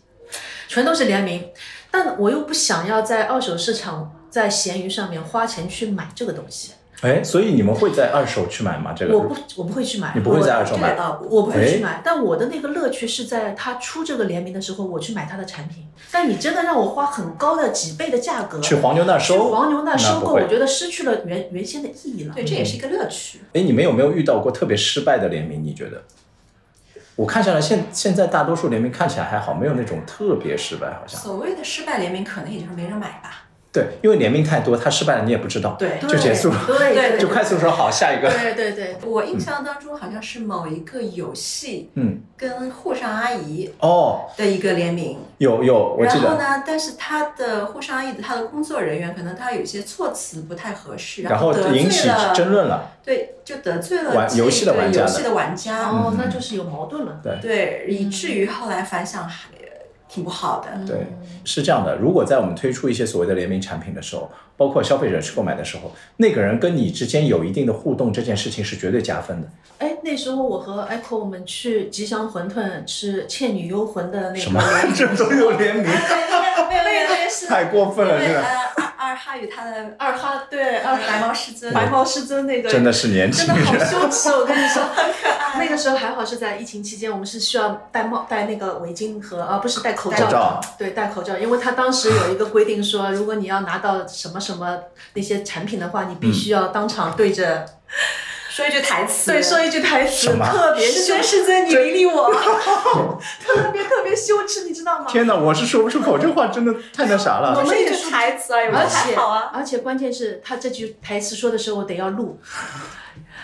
Speaker 3: 全都是联名，但我又不想要在二手市场在闲鱼上面花钱去买这个东西，
Speaker 1: 哎，所以你们会在二手去买吗？这个
Speaker 3: 我不我不会去买，啊
Speaker 1: 你不会在二手
Speaker 2: 这
Speaker 1: 买
Speaker 2: 个？倒
Speaker 3: 我不会
Speaker 1: 哎
Speaker 3: 去买，但我的那个乐趣是在他出这个联名的时候，我去买他的产品。但你真的让我花很高的几倍的价格
Speaker 1: 去黄牛那儿
Speaker 3: 去
Speaker 1: 收？
Speaker 3: 黄牛那收
Speaker 1: 不
Speaker 3: 购，
Speaker 1: 会
Speaker 3: 我觉得失去了原原先的意义了。
Speaker 2: 对，这也是一个乐趣。
Speaker 1: 哎，你们有没有遇到过特别失败的联名？你觉得？我看下来，现现在大多数联名看起来还好，没有那种特别失败，好像。
Speaker 2: 所谓的失败联名，可能也就是没人买吧。
Speaker 1: 对，因为联名太多，它失败了你也不知道，
Speaker 2: 对
Speaker 1: 就结束了，
Speaker 3: 对对，
Speaker 1: 就快速说好下一个。
Speaker 3: 对对对，
Speaker 2: 我印象当中好像是某一个游戏
Speaker 1: 嗯，
Speaker 2: 跟沪上阿姨
Speaker 1: 哦，
Speaker 2: 的一个联名，
Speaker 1: 有有，我记
Speaker 2: 然
Speaker 1: 得。
Speaker 2: 后呢，但是他的沪上阿姨的他的工作人员可能他有些措辞不太合适，
Speaker 1: 然
Speaker 2: 后
Speaker 1: 后
Speaker 2: 得罪
Speaker 1: 引起
Speaker 2: 了，
Speaker 1: 争论了，
Speaker 2: 对，就得罪了
Speaker 1: 玩
Speaker 2: 这
Speaker 1: 游戏的
Speaker 2: 个
Speaker 1: 玩家
Speaker 2: 游
Speaker 1: 了
Speaker 2: 戏的玩家，
Speaker 3: 哦，那就是有矛盾了。
Speaker 1: 对
Speaker 2: 对，以至于后来反响还挺不好的。
Speaker 3: 嗯
Speaker 1: 对，是这样的。如果在我们推出一些所谓的联名产品的时候，包括消费者去购买的时候，那个人跟你之间有一定的互动，这件事情是绝对加分的。
Speaker 3: 哎，那时候我和 Echo 我们去吉祥馄饨吃《倩女幽魂》的那
Speaker 1: 什么
Speaker 3: 个，
Speaker 1: 这都有联名，
Speaker 2: 啊没有没有，那个是
Speaker 1: 太过分了，
Speaker 2: 因
Speaker 1: 真
Speaker 2: 为
Speaker 1: 的，
Speaker 2: 呃二二哈与他 的呃
Speaker 3: 二哈对二
Speaker 2: 白
Speaker 3: 哈
Speaker 2: 毛师尊，
Speaker 3: 白毛师尊那个，
Speaker 1: 真的是年轻
Speaker 3: 真的好
Speaker 1: 人。
Speaker 3: 羞耻，哦我跟你说， 很可爱。那个时候还好是在疫情期间，我们是需要戴帽、戴那个围巾和啊，不是戴口罩
Speaker 1: 口罩
Speaker 3: 的，对，戴口罩，因为他当时有一个规定说，如果你要拿到什么什么那些产品的话，你必须要当场对着、
Speaker 2: 说一句台词，
Speaker 3: 对说一句台词，
Speaker 1: 什么
Speaker 3: 特别
Speaker 2: 师
Speaker 3: 羞
Speaker 2: 尊师尊，你理理我。
Speaker 3: 特别特别羞耻，你知道吗？
Speaker 1: 天哪，我是说不出口这话，真的太那啥
Speaker 3: 我
Speaker 1: 了。
Speaker 3: 们
Speaker 2: 说
Speaker 3: 也
Speaker 2: 一
Speaker 3: 是
Speaker 2: 句台词而已，我
Speaker 3: 而
Speaker 2: 觉得还
Speaker 3: 且、
Speaker 2: 好 啊。
Speaker 3: 而且关键是他这句台词说的时候，我得要录。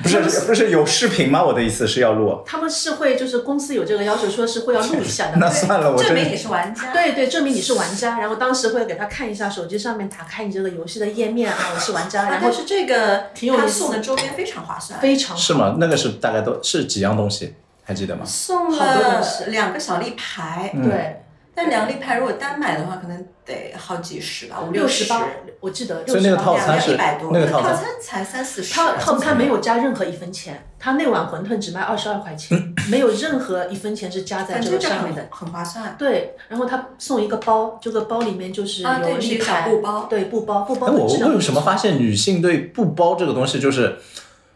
Speaker 1: 不是不是有视频吗？我的意思是要录，
Speaker 3: 他们是会就是公司有这个要求，说是会要录一下的。
Speaker 1: 那算了，我
Speaker 2: 证
Speaker 1: 真
Speaker 2: 明你
Speaker 1: 的
Speaker 2: 是玩家。 啊
Speaker 3: 对对，证明你是玩家，然后当时会给他看一下手机上面打开你这个游戏的页面啊，我是玩家，
Speaker 2: 啊，
Speaker 3: 然后
Speaker 2: 但是这个
Speaker 3: 挺有
Speaker 2: 他
Speaker 3: 意思
Speaker 2: 送的周边非常划算，
Speaker 3: 非常
Speaker 1: 是吗？那个是大概都是几样东西，还记得吗？
Speaker 2: 送
Speaker 3: 好多
Speaker 2: 了
Speaker 3: 东西嗯
Speaker 2: 两个小立牌，
Speaker 1: 嗯
Speaker 3: 对，
Speaker 2: 但两个立牌如果单买的话，可能得好几十吧，五
Speaker 3: 六
Speaker 2: 十
Speaker 3: 十八，我记得
Speaker 1: 所以那
Speaker 3: 六十
Speaker 1: 个套
Speaker 3: 八。
Speaker 1: 餐是
Speaker 2: 一百多，
Speaker 1: 那个套餐
Speaker 2: 餐才三四十。
Speaker 3: 他套餐没有加任何一分钱，他那碗馄饨只卖二十二块
Speaker 1: 嗯
Speaker 3: 钱，没有任何一分钱是加在
Speaker 2: 反
Speaker 3: 这
Speaker 2: 正
Speaker 3: 个
Speaker 2: 就
Speaker 3: 上面的
Speaker 2: 很。很划算。
Speaker 3: 对，然后他送一个包，这个包里面就是
Speaker 2: 啊对
Speaker 3: 有
Speaker 2: 是
Speaker 3: 立
Speaker 2: 一个小
Speaker 3: 牌，
Speaker 2: 布包
Speaker 3: 对布包，布包
Speaker 1: 哎，
Speaker 3: 的
Speaker 1: 我
Speaker 3: 质
Speaker 1: 我
Speaker 3: 量
Speaker 1: 为什么发现女性对布包这个东西就是，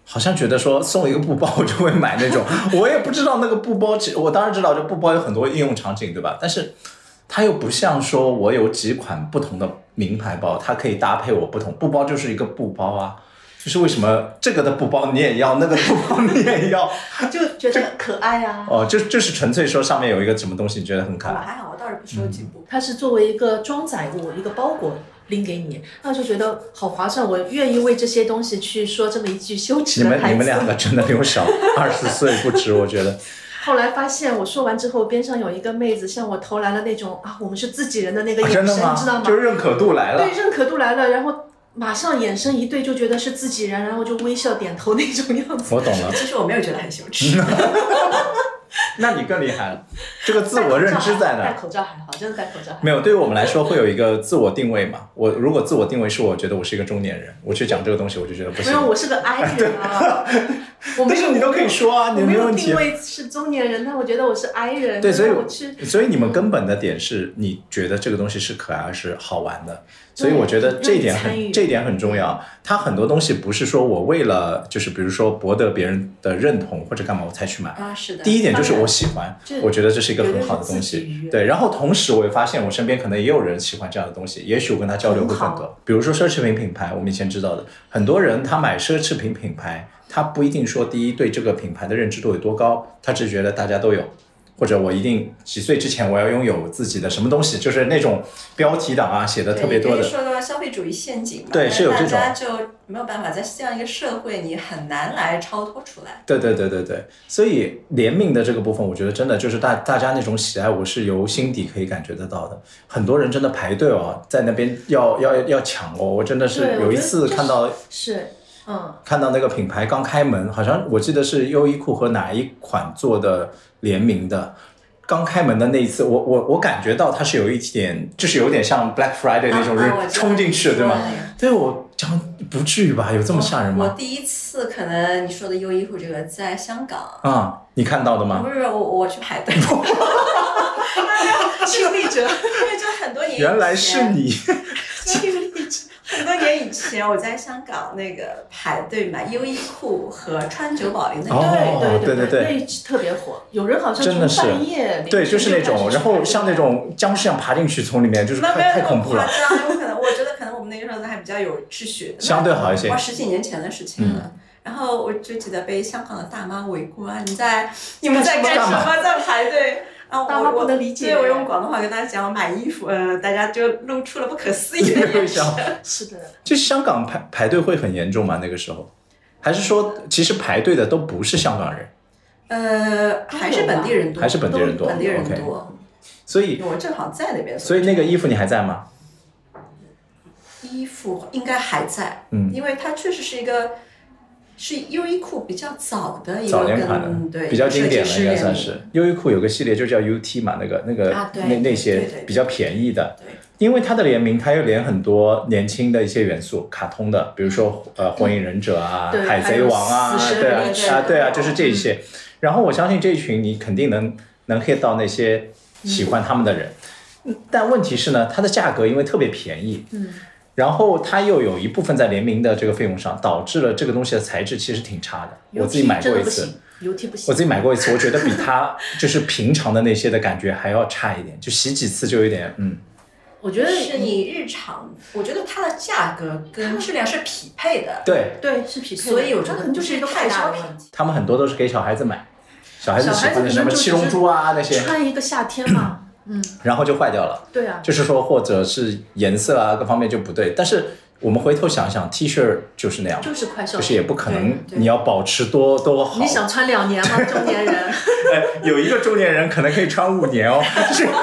Speaker 1: 好像觉得说送一个布包 我就会买那种，我也不知道那个布包，其我当然知道这布包有很多应用场景，对吧？但是它又不像说我有几款不同的名牌包，它可以搭配我不同，布包就是一个布包啊。就是为什么这个的布包你也要，那个的布包你也要，
Speaker 3: 就觉得可爱啊？
Speaker 1: 哦，就就是纯粹说上面有一个什么东西你觉得很可
Speaker 2: 我
Speaker 1: 爱，
Speaker 2: 还好，我倒是
Speaker 1: 嗯
Speaker 2: 不收集布。
Speaker 3: 它是作为一个装载物，一个包裹拎给你，那就觉得好划算。我愿意为这些东西去说这么一句羞耻
Speaker 1: 你
Speaker 3: 的
Speaker 1: 们
Speaker 3: 台词。
Speaker 1: 你们两个真的比我小 二十岁不止，我觉得。
Speaker 3: 后来发现我说完之后，边上有一个妹子向我投来了那种啊，我们是自己人的那个
Speaker 1: 啊
Speaker 3: 眼
Speaker 1: 真
Speaker 3: 神，
Speaker 1: 的吗？
Speaker 3: 知道
Speaker 1: 就
Speaker 3: 吗？
Speaker 1: 是认可度来了
Speaker 3: 对，。认可度来了，然后马上眼神一对，就觉得是自己人，然后就微笑点头那种样子。
Speaker 1: 我懂了，
Speaker 2: 其实我没有觉得很羞耻，
Speaker 1: 那你更厉害了。这个自我认知在哪
Speaker 3: 戴
Speaker 1: 儿？
Speaker 3: 口罩还好，真的戴口罩还好。
Speaker 1: 没有，对于我们来说会有一个自我定位嘛。我如果自我定位是我觉得我是一个中年人，我去讲这个东西我就觉得不
Speaker 3: 没
Speaker 1: 行。
Speaker 3: 有，我是个 I 人 啊。我
Speaker 1: 但
Speaker 3: 没
Speaker 1: 是
Speaker 3: 有，
Speaker 1: 你都可以说啊，
Speaker 3: 我
Speaker 1: 你没
Speaker 3: 没有
Speaker 1: 问题
Speaker 3: 定。位是中年人，但我觉得我是 I 人。
Speaker 1: 对，所以
Speaker 3: 然后我去
Speaker 1: 所以你们根本的点是你觉得这个东西是可爱而是好玩的，所以我觉得这一点
Speaker 3: 让你参
Speaker 1: 很
Speaker 3: 与
Speaker 1: 这一点很重要。它很多东西不是说我为了就是比如说博得别人的认同或者干嘛我才去买，
Speaker 2: 啊，是的。
Speaker 1: 第一点就是我喜欢
Speaker 3: 这，
Speaker 1: 我觉得这是一个很好的东
Speaker 3: 绝对是自己愉
Speaker 1: 西
Speaker 3: 悦。
Speaker 1: 对，然后同时我也发现我身边可能也有人喜欢这样的东西，也许我跟他交流会更
Speaker 3: 很
Speaker 1: 多。比如说奢侈品品牌，我们以前知道的，很多人他买奢侈品品牌，他不一定说第一对这个品牌的认知度有多高，他只觉得大家都有。或者我一定几岁之前我要拥有自己的什么东西，就是那种标题党啊写的
Speaker 2: 对
Speaker 1: 特别多
Speaker 2: 你可
Speaker 1: 的
Speaker 2: 以，说到消费主义陷阱嘛，
Speaker 1: 对
Speaker 2: 但
Speaker 1: 是有这种
Speaker 2: 大家就没有办法在这样一个社会，你很难来超脱出来。
Speaker 1: 对对对对对，所以联名的这个部分，我觉得真的就是大大家那种喜爱，我是由心底可以感觉得到的。很多人真的排队哦，在那边要要要抢哦，我真的
Speaker 3: 对
Speaker 1: 是
Speaker 3: 我
Speaker 1: 有一
Speaker 3: 觉得
Speaker 1: 次
Speaker 3: 这
Speaker 1: 看到
Speaker 3: 是， 嗯，
Speaker 1: 看到那个品牌刚开门，好像我记得是优衣库和哪一款做的联名的。刚开门的那一次，我我我感觉到它是有一点，就是有点像 Black Friday 那种
Speaker 2: 啊
Speaker 1: 人
Speaker 2: 啊我知道
Speaker 1: 冲进去的，对吗
Speaker 2: 对？
Speaker 1: 对，我讲不至于吧？有这么吓人
Speaker 2: 我
Speaker 1: 吗？
Speaker 2: 第一次可能你说的优衣库这个在香港，
Speaker 1: 啊、你看到的吗？
Speaker 2: 不是我我去排队，
Speaker 3: 亲历者，
Speaker 2: 因为就很多年以前
Speaker 1: 原来
Speaker 2: 啊
Speaker 1: 是，你。
Speaker 3: 亲历者，
Speaker 2: 很多年以前我在香港那个排队买优衣库和川久保玲的，
Speaker 1: 哦对
Speaker 3: 对
Speaker 1: 对对
Speaker 3: 对那一特别火，有人好像
Speaker 1: 真的是
Speaker 3: 从半夜凌晨
Speaker 1: 对，就是那
Speaker 3: 开始
Speaker 1: 种，
Speaker 3: 去
Speaker 1: 然后
Speaker 3: 看
Speaker 1: 像那种僵尸一样爬进去，从里面就是
Speaker 2: 那
Speaker 1: 太
Speaker 2: 没有
Speaker 1: 太
Speaker 2: 那
Speaker 1: 恐
Speaker 2: 么
Speaker 1: 怖
Speaker 2: 夸
Speaker 1: 了。
Speaker 2: 张，有可能我觉得可能我们那个时候还比较有秩序，
Speaker 1: 相对好一些嗯
Speaker 2: 哇，十几年前的事情了。然后我就记得被香港的大妈围观，你在你们在干什
Speaker 1: 干嘛
Speaker 2: 么？在排队。啊，我
Speaker 3: 大妈不能理
Speaker 2: 我
Speaker 3: 解
Speaker 2: 对我用广东话跟大家讲，我买衣服，嗯、大家就露出了不可 思议的
Speaker 1: 对
Speaker 2: 眼
Speaker 1: 这样
Speaker 2: 神。
Speaker 3: 是的，
Speaker 1: 就香港排排队会很严重吗？那个时候，还是说其实排队的都不是香港人，
Speaker 2: 呃，还是本地人多，
Speaker 1: 还是本地人多
Speaker 2: 都本地人
Speaker 1: OK
Speaker 2: 多。
Speaker 1: 所以
Speaker 2: 我正好在那边，
Speaker 1: 所以那个衣服你还在吗？
Speaker 2: 衣服应该还在，
Speaker 1: 嗯
Speaker 2: 因为它确实是一个是优衣库比较早的一个
Speaker 1: 早年款
Speaker 2: 跟嗯
Speaker 1: 的
Speaker 2: 对，
Speaker 1: 比较经典
Speaker 2: 设
Speaker 1: 的
Speaker 2: 计师
Speaker 1: 应该
Speaker 2: 联
Speaker 1: 算
Speaker 2: 名
Speaker 1: 是。优衣库有个系列就叫 UT 嘛，那个那个、
Speaker 2: 啊对
Speaker 1: 那那
Speaker 2: 对
Speaker 1: 些
Speaker 2: 对对
Speaker 1: 比较便宜的，
Speaker 2: 对
Speaker 1: 因为它的联名，它又连很多年轻的一些元素，卡通的，比如说
Speaker 2: 嗯
Speaker 1: 呃《火影忍者》啊，
Speaker 3: 对
Speaker 1: 《海贼王》啊，
Speaker 3: 还有死神
Speaker 1: 对啊
Speaker 2: 对对
Speaker 1: 啊对啊，
Speaker 2: 对
Speaker 1: 就是这一些。
Speaker 2: 嗯
Speaker 1: 然后我相信这一群你肯定能能 hit 到那些喜欢他们的人，嗯但问题是呢，它的价格因为特别便宜，
Speaker 3: 嗯，
Speaker 1: 然后它又有一部分在联名的这个费用上，导致了这个东西的材质其实挺差的。我自己买过一次，
Speaker 3: 油漆不行，
Speaker 1: 我自己买过一次，我觉得比它就是平常的那些的感觉还要差一点，就洗几次就有点嗯。
Speaker 3: 我觉得
Speaker 2: 是你日常，我觉得它的价格跟质量是匹配的，
Speaker 1: 对
Speaker 3: 对是匹配的，
Speaker 2: 所以我觉
Speaker 3: 它
Speaker 2: 得
Speaker 3: 可能就
Speaker 2: 不
Speaker 3: 是
Speaker 2: 是
Speaker 3: 一个快
Speaker 2: 太
Speaker 3: 消
Speaker 2: 大
Speaker 3: 品
Speaker 2: 的。问题。
Speaker 1: 他们很多都是给小孩子买，小孩子喜欢的什
Speaker 3: 小孩子可能
Speaker 1: 么
Speaker 3: 就
Speaker 1: 七龙珠啊那些，
Speaker 3: 穿一个夏天嘛，嗯，
Speaker 1: 然后就坏掉了。
Speaker 3: 对啊，
Speaker 1: 就是说，或者是颜色啊各方面就不对。但是我们回头想想，T 恤就是那样，
Speaker 3: 就是快消
Speaker 1: 就是
Speaker 3: 品。
Speaker 1: 也不可能
Speaker 2: 对对
Speaker 1: 你要保持多多好。
Speaker 3: 你想穿两年吗？中年人，
Speaker 1: 哎，有一个中年人可能可以穿五年哦。就是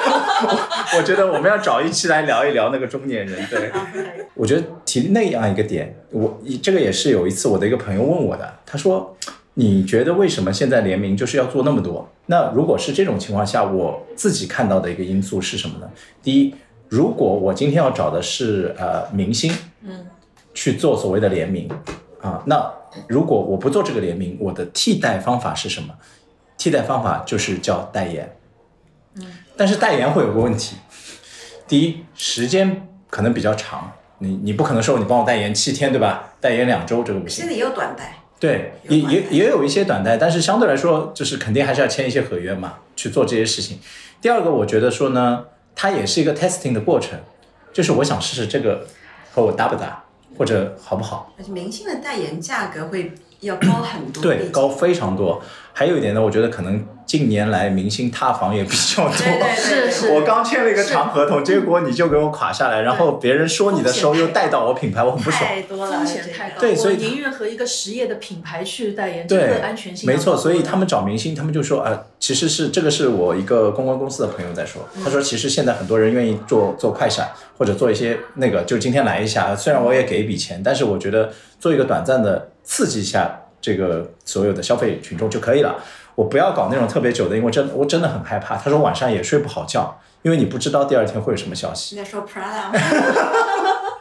Speaker 1: 我我觉得我们要找一期来聊一聊那个中年人。对，我觉得提那样一个点，我这个也是有一次我的一个朋友问我的，他说：“你觉得为什么现在联名就是要做那么多？”那如果是这种情况下，我自己看到的一个因素是什么呢？第一，如果我今天要找的是呃明星，
Speaker 3: 嗯，
Speaker 1: 去做所谓的联名啊，那如果我不做这个联名，我的替代方法是什么？替代方法就是叫代言。嗯，但是代言会有个问题，第一时间可能比较长，你你不可能说你帮我代言七天对吧？代言两周这个不行
Speaker 2: 现。在也有短贷，
Speaker 1: 对，
Speaker 2: 有
Speaker 1: 也
Speaker 2: 短
Speaker 1: 也
Speaker 2: 贷
Speaker 1: 也有一些短贷，但是相对来说，就是肯定还是要签一些合约嘛，去做这些事情。第二个，我觉得说呢，它也是一个 testing 的过程，就是我想试试这个和我搭不搭，或者好不好。
Speaker 2: 而且明星的代言价格会要高很多，毕
Speaker 1: 对，
Speaker 2: 竟
Speaker 1: 高非常多。还有一点呢，我觉得可能近年来明星塌房也比较多。
Speaker 2: 对对对，
Speaker 3: 是是
Speaker 1: 我刚签了一个长合同，结果你就给我垮下来，然后别人说你的时候又带到我品牌，我很不爽。
Speaker 2: 太多了，
Speaker 3: 风险太高，
Speaker 1: 对所以
Speaker 3: 我宁愿和一个实业的品牌去代言，这
Speaker 1: 对，
Speaker 3: 个安全性
Speaker 1: 没
Speaker 3: 要
Speaker 1: 错，
Speaker 3: 高
Speaker 1: 所以他们找明星，他们就说啊、其实是这个是我一个公关公司的朋友在说，
Speaker 3: 嗯
Speaker 1: 他说其实现在很多人愿意做做快闪或者做一些那个，就今天来一下，虽然我也给一笔钱，但是我觉得做一个短暂的刺激一下这个所有的消费群众就可以了。我不要搞那种特别久的，因为真我真的很害怕。他说晚上也睡不好觉，因为你不知道第二天会有什么消息
Speaker 2: 现。在说 Prada，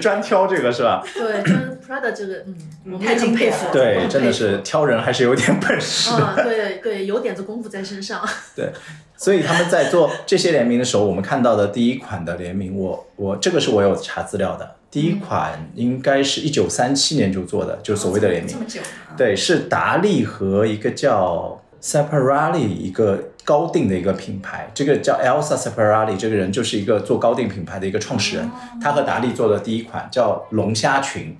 Speaker 1: 专挑这个是吧？
Speaker 3: 对，就是 Prada 这个，嗯，我们也
Speaker 2: 太
Speaker 3: 很
Speaker 2: 经
Speaker 3: 佩
Speaker 2: 典
Speaker 3: 服
Speaker 2: 了，
Speaker 1: 对，
Speaker 3: 很
Speaker 1: 真的
Speaker 3: 佩服。
Speaker 1: 是挑人还是有点本事。
Speaker 3: 嗯，对对，有点子功夫在身上。
Speaker 1: 对，所以他们在做这些联名的时候，我们看到的第一款的联名，我我这个是我有查资料的，第一款应该是一九三七年就做的，就是所谓的联名
Speaker 2: 这。么久啊，
Speaker 1: 对，是达利和一个叫 Saparali 一个高定的一个品牌，这个叫 Elsa Saparali 这个人就是一个做高定品牌的一个创始人，他和达利做的第一款叫龙虾裙。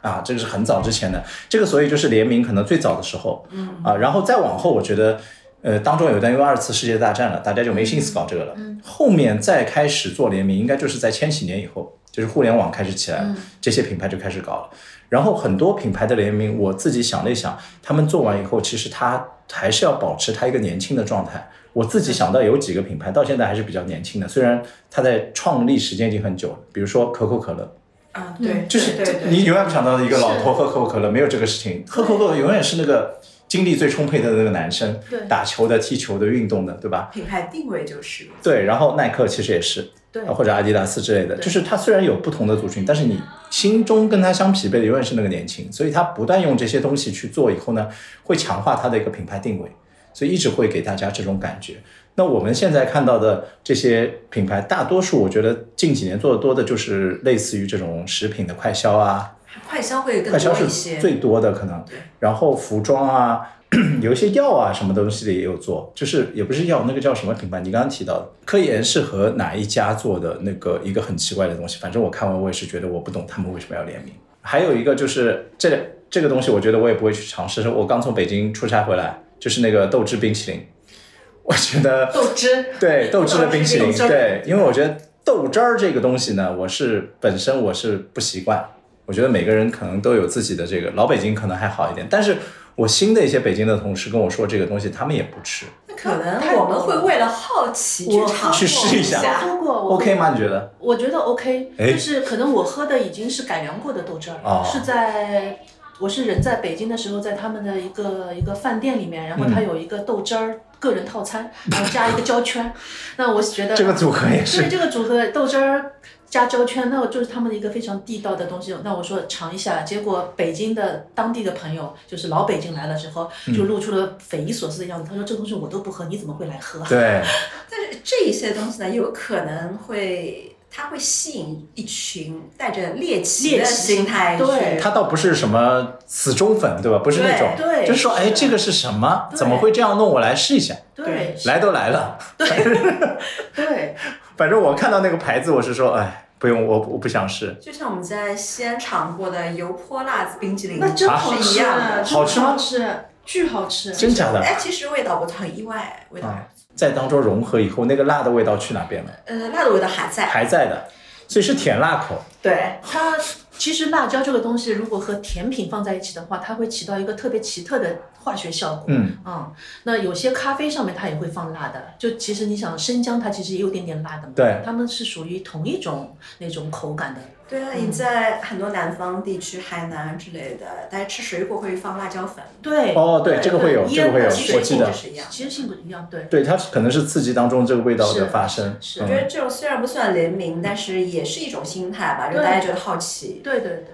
Speaker 1: 啊，这个是很早之前的，这个所以就是联名可能最早的时候，嗯啊，然后再往后，我觉得，呃，当中有一段因为二次世界大战了，大家就没心思搞这个了，嗯，后面再开始做联名，应该就是在千禧年以后，就是互联网开始起来了，这些品牌就开始搞了，然后很多品牌的联名，我自己想了一想，他们做完以后，其实他还是要保持他一个年轻的状态。我自己想到有几个品牌到现在还是比较年轻的，虽然它在创立时间已经很久了，比如说可口可乐，
Speaker 2: 啊对，
Speaker 1: 就是
Speaker 2: 对对
Speaker 1: 你永远不想到一个老
Speaker 3: 是
Speaker 1: 头喝可口可乐，没有这个事情。喝可口可乐永远是那个精力最充沛的那个男生
Speaker 3: 对，
Speaker 1: 打球的、踢球的、运动的，对吧？
Speaker 2: 品牌定位就是
Speaker 1: 对，然后耐克其实也是，
Speaker 3: 对
Speaker 1: 或者阿迪达斯之类的，
Speaker 3: 对
Speaker 1: 就是它虽然有不同的族群，但是你心中跟它相匹配的永远是那个年轻，所以它不断用这些东西去做以后呢，会强化它的一个品牌定位，所以一直会给大家这种感觉。那我们现在看到的这些品牌，大多数我觉得近几年做的多的就是类似于这种食品的快消啊，
Speaker 2: 快消会更
Speaker 1: 快消
Speaker 2: 多一
Speaker 1: 是
Speaker 2: 些，
Speaker 1: 最多的可能
Speaker 2: 对，
Speaker 1: 然后服装啊， 有一些药啊什么东西的也有做，就是也不是药，那个叫什么品牌？你刚刚提到的科研是和哪一家做的那个一个很奇怪的东西，反正我看完我也是觉得我不懂他们为什么要联名。还有一个就是这两这个东西，我觉得我也不会去尝试。是我刚从北京出差回来，就是那个豆汁冰淇淋， 我觉得
Speaker 3: 豆汁，
Speaker 1: 对豆汁的冰淇淋，
Speaker 3: 豆汁
Speaker 1: 对，因为我觉得豆汁儿这个东西呢，我是本身我是不习惯。我觉得每个人可能都有自己的这个，老北京可能还好一点，但是我新的一些北京的同事跟我说这个东西他们也不吃，
Speaker 2: 那可能我们会为了好奇去尝
Speaker 1: 去试一下
Speaker 3: 我喝过我喝
Speaker 1: ，OK
Speaker 3: 过
Speaker 1: 吗？你觉 得？
Speaker 3: 我觉得 OK，
Speaker 1: 哎
Speaker 3: 就是可能我喝的已经是改良过的豆汁儿，
Speaker 1: 哦
Speaker 3: 是在我是人在北京的时候，在他们的一个一个饭店里面，然后
Speaker 1: 嗯
Speaker 3: 它有一个豆汁儿个人套 餐，然后加一个胶圈，那我觉得
Speaker 1: 这个组合也是
Speaker 3: 对这个组合豆汁儿加胶圈，那我就是他们的一个非常地道的东西。那我说尝一下，结果北京的当地的朋友，就是老北京来了之后，就露出了匪夷所思的样子。他说：“这东西我都不喝，你怎么会来喝？”
Speaker 1: 对，
Speaker 2: 但是这一些东西呢，有可能会，它会吸引一群带着猎奇的
Speaker 3: 猎奇
Speaker 2: 心态去。
Speaker 3: 对
Speaker 1: 他倒不是什么死忠粉，对吧？不是那种，
Speaker 3: 对对
Speaker 1: 就是说，哎，
Speaker 3: 是
Speaker 1: 这个是什么？
Speaker 3: 对
Speaker 1: 怎么会这样弄？我来试一下。
Speaker 3: 对
Speaker 1: 来都来了，
Speaker 3: 对，
Speaker 1: 反正我看到那个牌子，我是说，哎，不用，我我不想试。
Speaker 2: 就像我们在西安尝过的油泼辣子冰激凌，
Speaker 3: 那真好
Speaker 2: 是一
Speaker 3: 吃，啊
Speaker 2: 样的。
Speaker 1: 好吃吗
Speaker 3: 真好吃，巨好吃。
Speaker 1: 真假的？
Speaker 2: 哎，其实味道不很意外，味道还
Speaker 1: 啊，在当中融合以后，那个辣的味道去哪边了？
Speaker 2: 呃辣的味道还在。
Speaker 1: 还在的，所以是甜辣口。
Speaker 2: 对，
Speaker 3: 它其实辣椒这个东西，如果和甜品放在一起的话，它会起到一个特别奇特的化学效果。
Speaker 1: 嗯，
Speaker 3: 嗯，那有些咖啡上面它也会放辣的，就其实你想生姜它其实也有点点辣的嘛，
Speaker 1: 对
Speaker 3: 它们是属于同一种那种口感的，
Speaker 2: 对啊，
Speaker 3: 嗯
Speaker 2: 你在很多南方地区，海南之类的，大家吃水果会放辣椒粉，
Speaker 3: 对，
Speaker 1: 哦，对，这个会有，
Speaker 3: 对
Speaker 1: 这个会有
Speaker 3: 腌的，水
Speaker 1: 我记得
Speaker 2: 果。是一样的
Speaker 3: 其实性不一样，对，
Speaker 1: 对，它可能是刺激当中这个味道的发生。
Speaker 3: 是
Speaker 2: 我
Speaker 1: 嗯
Speaker 2: 觉得这种虽然不算联名，但是也是一种心态吧，就
Speaker 3: 对
Speaker 2: 大家觉得好奇。
Speaker 3: 对对对，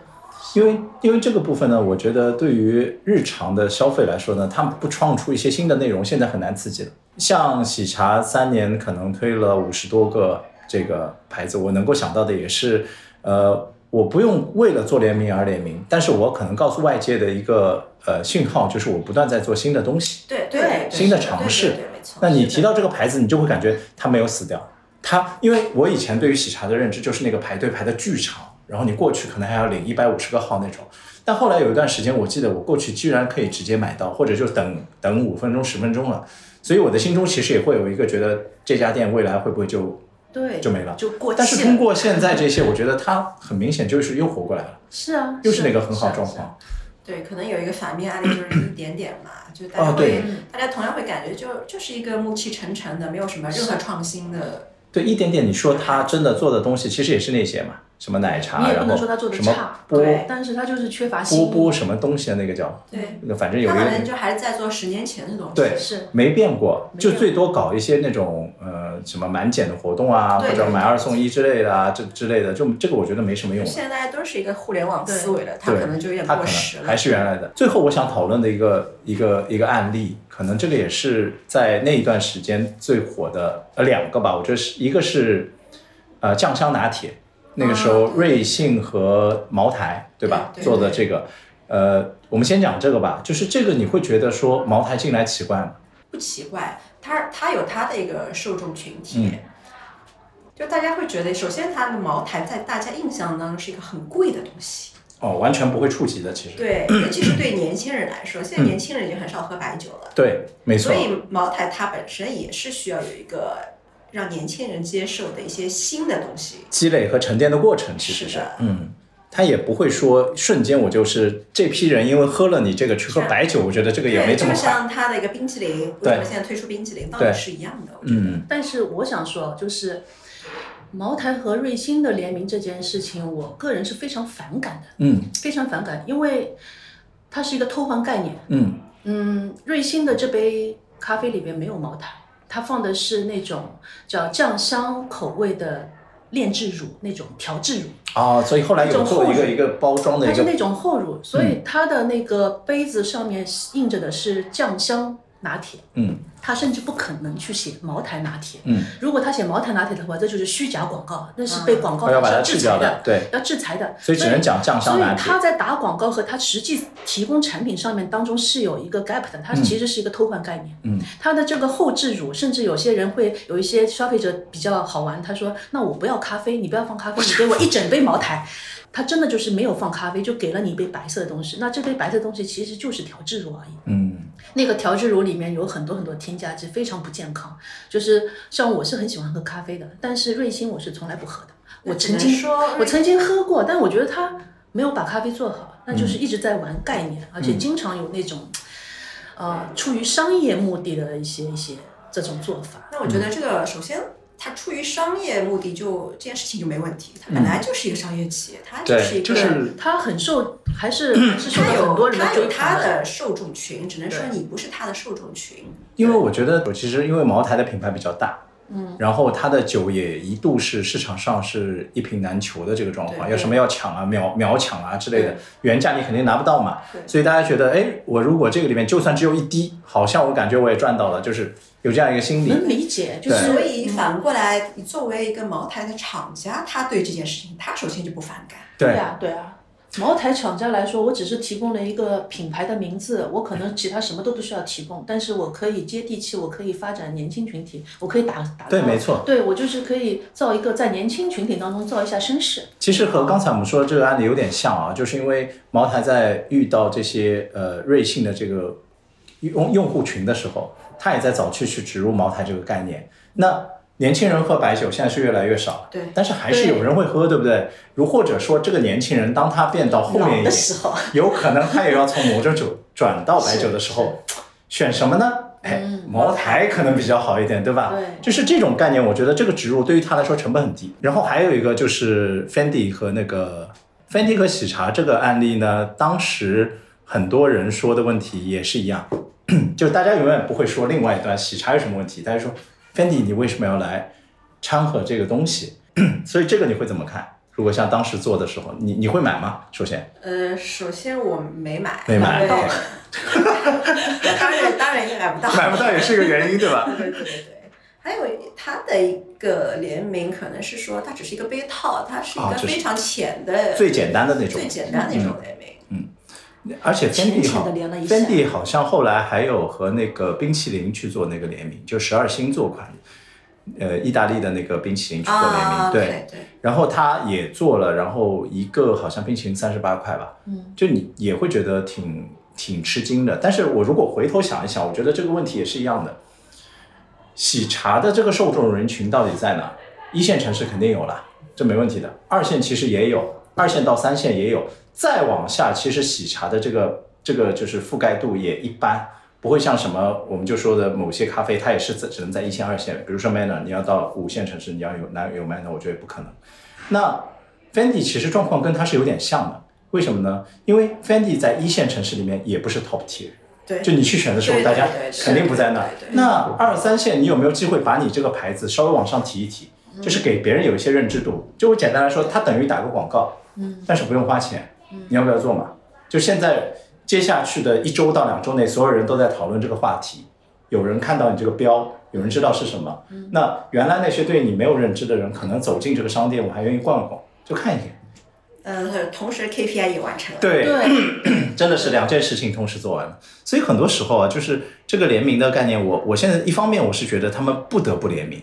Speaker 1: 因为因为这个部分呢，我觉得对于日常的消费来说呢，他们不创出一些新的内容，现在很难刺激了。像喜茶三年可能推了五十多个这个牌子，我能够想到的也是，呃，我不用为了做联名而联名，但是我可能告诉外界的一个呃讯号就是我不断在做新的东西。
Speaker 2: 对
Speaker 3: 对
Speaker 2: 对，
Speaker 1: 新的
Speaker 2: 是
Speaker 1: 尝
Speaker 2: 对
Speaker 1: 试
Speaker 2: 对对，没错。
Speaker 1: 那你
Speaker 3: 是的
Speaker 1: 提到这个牌子，你就会感觉它没有死掉。它，因为我以前对于喜茶的认知就是那个排队排的巨长，然后你过去可能还要领一百五十个号那种。但后来有一段时间，我记得我过去居然可以直接买到，或者就等等五分钟、十分钟了。所以我的心中其实也会有一个觉得这家店未来会不会就……
Speaker 3: 对，
Speaker 1: 就没了
Speaker 3: 就过气
Speaker 1: 但
Speaker 3: 了。
Speaker 1: 是通过现在这些，我觉得它很明显就是又活过来了，
Speaker 3: 是啊，
Speaker 1: 又是那个
Speaker 3: 啊
Speaker 1: 很好
Speaker 3: 是啊
Speaker 1: 状
Speaker 3: 是啊
Speaker 1: 况。
Speaker 2: 对，可能有一个反面案例就是一点点嘛，就大家
Speaker 1: 哦
Speaker 2: 会
Speaker 1: 对，
Speaker 2: 大家同样会感觉就就是一个暮气沉沉的，没有什么任何创新的。
Speaker 1: 对，一点点，你说它真的做的东西，其实也是那些嘛，什么奶茶，
Speaker 3: 你也不
Speaker 1: 然
Speaker 3: 能
Speaker 1: 后
Speaker 3: 说它做的
Speaker 1: 什么
Speaker 3: 差，
Speaker 1: 波
Speaker 3: 对，但是它就是缺乏新
Speaker 1: 波
Speaker 3: 意，
Speaker 1: 波什么东西啊的那个叫，
Speaker 2: 对，
Speaker 1: 那反正有
Speaker 2: 他
Speaker 1: 一
Speaker 2: 可能
Speaker 1: 个
Speaker 2: 就还是在做十年前的东西。
Speaker 1: 对
Speaker 3: 是
Speaker 1: 没变过，
Speaker 3: 没
Speaker 1: 就
Speaker 3: 变
Speaker 1: 最多搞一些那种呃什么满减的活动啊，
Speaker 2: 对
Speaker 1: 或者买二送一之类的啊，这之类的，就这个我觉得没什么用了。
Speaker 2: 现在大家都是一个互联网
Speaker 3: 对
Speaker 2: 思维了，它
Speaker 1: 对，
Speaker 2: 可能就有点
Speaker 1: 它
Speaker 2: 过
Speaker 1: 可
Speaker 2: 时
Speaker 1: 能
Speaker 2: 了。
Speaker 1: 还是原来的。最后我想讨论的一个一个一个案例，可能这个也是在那一段时间最火的呃两个吧，我觉得是一个是呃酱香拿铁，那个时候
Speaker 2: 啊对
Speaker 1: 瑞幸和茅台对吧
Speaker 2: 对对
Speaker 1: 做的这个，呃，我们先讲这个吧，就是这个你会觉得说茅台进来奇怪吗？
Speaker 2: 不奇怪，它它有它的一个受众群体。
Speaker 1: 嗯
Speaker 2: 就大家会觉得，首先它的茅台在大家印象当中是一个很贵的东西，
Speaker 1: 哦，完全不会触及的，其实
Speaker 2: 对，尤其是对年轻人来说，现在年轻人已经很少喝白酒了，
Speaker 1: 对，嗯没错
Speaker 2: 所，以茅台它本身也是需要有一个让年轻人接受的一些新的东西。
Speaker 1: 积累和沉淀的过程其实
Speaker 2: 是的
Speaker 1: 嗯。他也不会说瞬间我就是这批人，因为喝了你这个去喝
Speaker 2: 是啊
Speaker 1: 白酒，我觉得这个也
Speaker 2: 对，
Speaker 1: 没这
Speaker 2: 就
Speaker 1: 么快。
Speaker 2: 像它的一个冰淇淋，为什么
Speaker 1: 对
Speaker 2: 现在推出冰淇淋，道
Speaker 1: 对
Speaker 2: 理是一样的。我觉得
Speaker 1: 嗯，
Speaker 3: 但是我想说，就是茅台和瑞幸的联名这件事情，我个人是非常反感的，
Speaker 1: 嗯
Speaker 3: 非常反感，因为它是一个偷换概念。
Speaker 1: 嗯，
Speaker 3: 嗯，瑞幸的这杯咖啡里面没有茅台，它放的是那种叫酱香口味的炼制乳，那种调制乳。
Speaker 1: 哦，所以后来有做一
Speaker 3: 那种厚
Speaker 1: 个
Speaker 3: 乳
Speaker 1: 一个包装的
Speaker 3: 它
Speaker 1: 一
Speaker 3: 是
Speaker 1: 个，
Speaker 3: 那种厚乳，所以它的那个杯子上面印着的是酱香拿铁，
Speaker 1: 嗯
Speaker 3: 它甚至不可能去写茅台拿铁。
Speaker 1: 嗯，
Speaker 3: 如果他写茅台拿铁的话，这就是虚假广告，那是被广告
Speaker 1: 我要把它
Speaker 3: 法
Speaker 1: 去
Speaker 3: 哦制裁
Speaker 1: 掉
Speaker 3: 的，
Speaker 1: 对，
Speaker 3: 要制裁的。
Speaker 1: 所以只能讲酱
Speaker 3: 所
Speaker 1: 香
Speaker 3: 以
Speaker 1: 拿铁
Speaker 3: 他在打广告和他实际提供产品上面当中是有一个 gap 的，它其实是一个偷换概念。
Speaker 1: 嗯，
Speaker 3: 它的这个后置乳，甚至有些人会有一些消费者比较好玩，他说：“那我不要咖啡，你不要放咖啡，你给我一整杯茅台。”他真的就是没有放咖啡，就给了你一杯白色的东西。那这杯白色的东西其实就是调制乳而已。
Speaker 1: 嗯，
Speaker 3: 那个调制乳里面有很多很多添加剂，非常不健康。就是像我是很喜欢喝咖啡的，但是瑞幸我是从来不喝的。我曾经
Speaker 2: 说，
Speaker 3: 我曾经喝过，但我觉得它没有把咖啡做好，那
Speaker 4: 嗯
Speaker 3: 就是一直在玩概念，而且经常有那种，呃，出于商业目的的一些一些这种做法。
Speaker 2: 那我觉得这个首先。它出于商业目的就，就这件事情就没问题。它本来就是一个商业企业，它就是一
Speaker 4: 就
Speaker 2: 个。
Speaker 4: 是
Speaker 3: 它很受，还是还是受
Speaker 2: 它
Speaker 3: 到很
Speaker 2: 有
Speaker 3: 多人的
Speaker 2: 它
Speaker 3: 追
Speaker 2: 有
Speaker 3: 捧
Speaker 2: 它
Speaker 3: 的。
Speaker 2: 的受众群，只能说你不是它的受众群。
Speaker 1: 因为我觉得，其实因为茅台的品牌比较大，嗯，然后它的酒也一度是市场上是一瓶难求的这个状况，
Speaker 2: 对
Speaker 1: 有什么要抢啊、秒秒抢啊之类的
Speaker 2: 对，
Speaker 1: 原价你肯定拿不到嘛
Speaker 2: 对，
Speaker 1: 所以大家觉得，哎，我如果这个里面就算只有一滴，好像我感觉我也赚到了，就是有这样一个心
Speaker 3: 能
Speaker 1: 理。
Speaker 3: 理解，就
Speaker 1: 对
Speaker 3: 是
Speaker 2: 所以反过来，你作为一个茅台的厂家，他对这件事情，他首先就不反感。
Speaker 1: 对，
Speaker 3: 呀、对啊。茅台厂家来说，我只是提供了一个品牌的名字，我可能其他什么都不需要提供，但是我可以接地气，我可以发展年轻群体，我可以打打造。
Speaker 1: 对没错
Speaker 3: 对我就是可以造一个在年轻群体当中造一下声势。
Speaker 1: 其实和刚才我们说的这个案例有点像啊，就是因为茅台在遇到这些呃瑞幸的这个用用户群的时候，它也在早期去植入茅台这个概念。那年轻人喝白酒现在是越来越少了，
Speaker 2: 对
Speaker 1: 但是还是有人会喝，对不对？如或者说这个年轻人当他变到后面一
Speaker 3: 老的
Speaker 1: 点，
Speaker 3: 时候，
Speaker 1: 有可能他也要从某种酒转到白酒的时候，选什么呢？哎，茅台可能比较好一点，对吧？
Speaker 3: 对
Speaker 1: 就是这种概念，我觉得这个植入对于他来说成本很低。然后还有一个就是 Fendi 和那个 Fendi 和喜茶这个案例呢，当时很多人说的问题也是一样， 就大家永远不会说另外一端喜茶有什么问题，大家说 Fendi 你为什么要来掺和这个东西？ 所以这个你会怎么看？如果像当时做的时候，你你会买吗？首先，
Speaker 2: 呃，首先我没买，
Speaker 1: 没买
Speaker 2: 因为
Speaker 1: OK
Speaker 2: 我当然当然也买不 到，
Speaker 1: 买不到也是一个原因，对吧？
Speaker 2: 对对对对，还有它的一个联名，可能是说它只是一个杯套，它是一
Speaker 1: 啊
Speaker 2: 个
Speaker 1: 只是
Speaker 2: 非常浅的、
Speaker 1: 最简单的那种，嗯
Speaker 2: 最简单的一种联名。
Speaker 1: 而且
Speaker 3: 浅
Speaker 1: Fendi
Speaker 3: 浅
Speaker 1: 好
Speaker 3: 地连了一下
Speaker 1: ，Fendi 好像后来还有和那个冰淇淋去做那个联名，就十二星座款，呃，意大利的那个冰淇淋去做联名，
Speaker 2: 啊，
Speaker 1: 对。
Speaker 2: 对对，
Speaker 1: 然后他也做了，然后一个好像冰淇淋三十八块吧，嗯，就你也会觉得挺挺吃惊的。但是我如果回头想一想，我觉得这个问题也是一样的。喜茶的这个受众人群到底在哪？一线城市肯定有啦，这没问题的。二线其实也有，二线到三线也有。再往下，其实喜茶的这个这个就是覆盖度也一般，不会像什么我们就说的某些咖啡，它也是只只能在一线、二线。比如说 Manner，你要到五线城市，你要有哪有 Manner，我觉得也不可能。那 Fendi 其实状况跟它是有点像的，为什么呢？因为 Fendi 在一线城市里面也不是 top tier，
Speaker 2: 对
Speaker 1: 就你去选的时候，
Speaker 2: 对
Speaker 1: 大家
Speaker 2: 对对对
Speaker 1: 肯定不在那儿
Speaker 2: 对对。对
Speaker 1: 那二三线，你有没有机会把你这个牌子稍微往上提一提？
Speaker 2: 嗯
Speaker 1: 就是给别人有一些认知度。就我简单来说，它等于打个广告，嗯，但是不用花钱，
Speaker 2: 嗯
Speaker 1: 你要不要做嘛？就现在接下去的一周到两周内，所有人都在讨论这个话题，有人看到你这个标，有人知道是什么。
Speaker 2: 嗯
Speaker 1: 那原来那些对你没有认知的人，可能走进这个商店，我还愿意逛一逛，就看一眼。
Speaker 2: 呃，同时 KPI 也完成了。
Speaker 1: 对，
Speaker 3: 对，
Speaker 1: 真的是两件事情同时做完了。所以很多时候啊，就是这个联名的概念，我我现在一方面我是觉得他们不得不联名，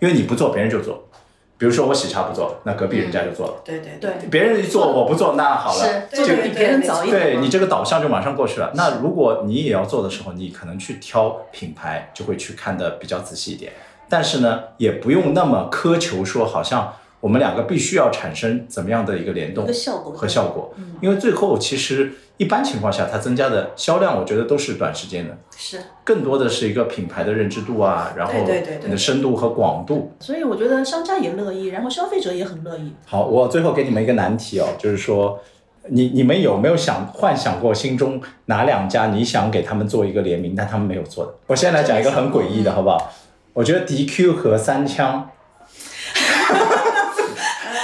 Speaker 1: 因为你不做别人就做。比如说我喜茶不做，那隔壁人家就做了；
Speaker 2: 对对
Speaker 3: 对
Speaker 1: 别人一做我不做，那好了，
Speaker 3: 是做
Speaker 2: 这
Speaker 3: 的
Speaker 2: 个
Speaker 3: 比别人早一点嘛。
Speaker 1: 对你这个导向就马上过去了。那如果你也要做的时候，你可能去挑品牌，就会去看的比较仔细一点。但是呢，也不用那么苛求说，好像我们两个必须要产生怎么样的一个联动
Speaker 3: 一个效果
Speaker 1: 和效果。
Speaker 2: 嗯
Speaker 1: 因为最后其实一般情况下，它增加的销量，我觉得都是短时间的，
Speaker 3: 是。
Speaker 1: 更多的是一个品牌的认知度啊，然后
Speaker 2: 对对对对
Speaker 1: 你的深度和广度。
Speaker 3: 所以我觉得商家也乐意，然后消费者也很乐意。
Speaker 1: 好，我最后给你们一个难题哦，就是说，你你们有没有想幻想过心中哪两家你想给他们做一个联名，但他们没有做的？我先来讲一个很诡异的，好不好？我觉得 DQ 和三枪，
Speaker 2: 呃，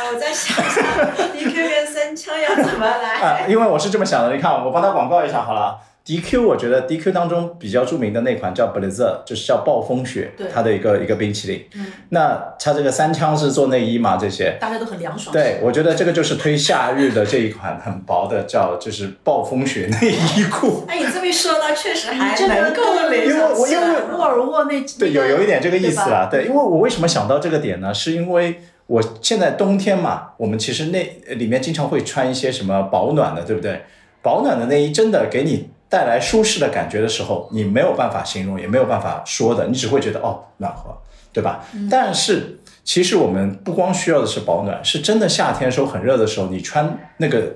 Speaker 2: 我在想一下 DQ 跟三枪要怎么
Speaker 1: 啊、
Speaker 2: 来。
Speaker 1: 因为我是这么想的，你看我帮他广告一下好了。DQ 我觉得 DQ 当中比较著名的那款叫 Blazer，就是叫暴风雪
Speaker 3: 对，
Speaker 1: 它的一个一个冰淇淋。
Speaker 2: 嗯
Speaker 1: 那它这个三枪是做内衣嘛？这些，
Speaker 3: 大家都很凉爽。
Speaker 1: 对，我觉得这个就是推夏日的这一款很薄的，叫就是暴风雪内衣裤。
Speaker 2: 哎，你这么一说呢，确实还
Speaker 3: 这个
Speaker 2: 能够联
Speaker 1: 因为
Speaker 2: 想
Speaker 1: 我
Speaker 2: 起
Speaker 1: 因
Speaker 2: 来。哦
Speaker 1: 为
Speaker 3: 沃尔沃那
Speaker 1: 对，有有一点这个意思
Speaker 3: 了。
Speaker 1: 啦。对，因为我为什么想到这个点呢？是因为我现在冬天嘛，我们其实内呃里面经常会穿一些什么保暖的，对不对？保暖的内衣真的给你带来舒适的感觉的时候，你没有办法形容，也没有办法说的，你只会觉得哦暖和，对吧？但是其实我们不光需要的是保暖，是真的夏天时候很热的时候，你穿那个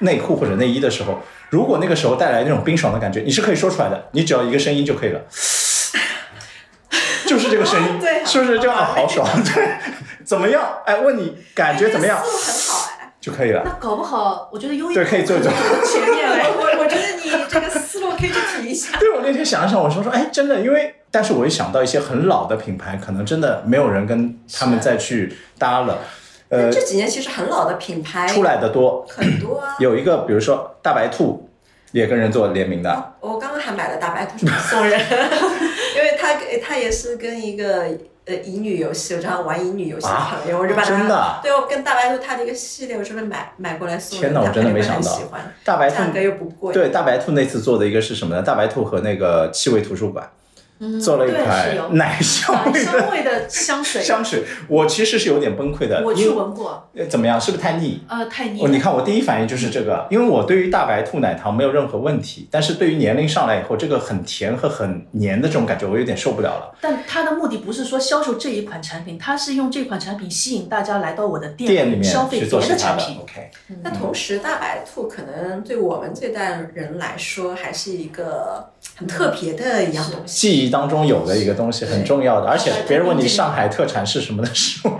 Speaker 1: 内裤或者内衣的时候，如果那个时候带来那种冰爽的感觉，你是可以说出来的，你只要一个声音就可以了，就是这个声音，
Speaker 2: 对
Speaker 1: 是不是就啊
Speaker 2: 好
Speaker 1: 好爽？对， 怎么样？哎，问你感觉怎么样
Speaker 2: 思路很好哎。
Speaker 1: 就可以了。
Speaker 3: 那搞不好，我觉得优衣库
Speaker 1: 对可以做一做
Speaker 3: 前面来
Speaker 2: 我我我觉得你这个思路可以去提一下。
Speaker 1: 对，我那天想一想，我说说，哎，真的，因为，但是我一想到一些很老的品牌，可能真的没有人跟他们再去搭了，呃，
Speaker 2: 这几年其实很老的品牌
Speaker 1: 出来的多，
Speaker 2: 很多啊。
Speaker 1: 有一个，比如说大白兔，也跟人做联名
Speaker 3: 哦
Speaker 1: 的，
Speaker 2: 我刚刚还买了大白兔送人， 因为他他也是跟一个呃乙女游戏，我正好玩乙女游戏的朋友，
Speaker 1: 啊
Speaker 2: 我就把他
Speaker 1: 真的啊
Speaker 2: 对我跟大白兔他的一个系列，我专门买买过来送人。
Speaker 1: 天哪我
Speaker 2: 他
Speaker 1: 真的没
Speaker 2: 朋友
Speaker 1: 想
Speaker 2: 们
Speaker 1: 到
Speaker 2: 很喜欢，
Speaker 1: 大白
Speaker 2: 价
Speaker 1: 兔
Speaker 2: 格又不贵。
Speaker 1: 对，大白兔那次做的一个是什么呢？大白兔和那个气味图书馆、做了一
Speaker 3: 嗯对
Speaker 1: 款
Speaker 3: 是有
Speaker 1: 奶 香味的
Speaker 3: 香味的香水，
Speaker 1: 香水，我其实是有点崩溃的，
Speaker 3: 我去
Speaker 1: 因为
Speaker 3: 闻过，
Speaker 1: 呃怎么样？是不是太腻？
Speaker 3: 呃，太腻
Speaker 1: 哦，你
Speaker 3: 了。
Speaker 1: 看我第一反应就是这个，因为我对于大白兔奶糖没有任何问题，但是对于年龄上来以后，这个很甜和很黏的这种感觉，我有点受不了了。
Speaker 3: 但它的目的不是说销售这一款产品，它是用这款产品吸引大家来到我的店
Speaker 1: 店里面
Speaker 3: 消费
Speaker 1: 去做
Speaker 3: 别
Speaker 1: 其
Speaker 3: 的
Speaker 1: 他
Speaker 3: 产
Speaker 1: 的
Speaker 3: 品。
Speaker 1: ，OK，
Speaker 2: 那同时，大白兔可能对我们这代人来说，还是一个很特别的一样东西。
Speaker 1: 记忆当中有的一个东西很重要的，而且
Speaker 3: 大白兔
Speaker 1: 别人问你
Speaker 3: 冰淇淋
Speaker 1: 上海特产是什么的时候，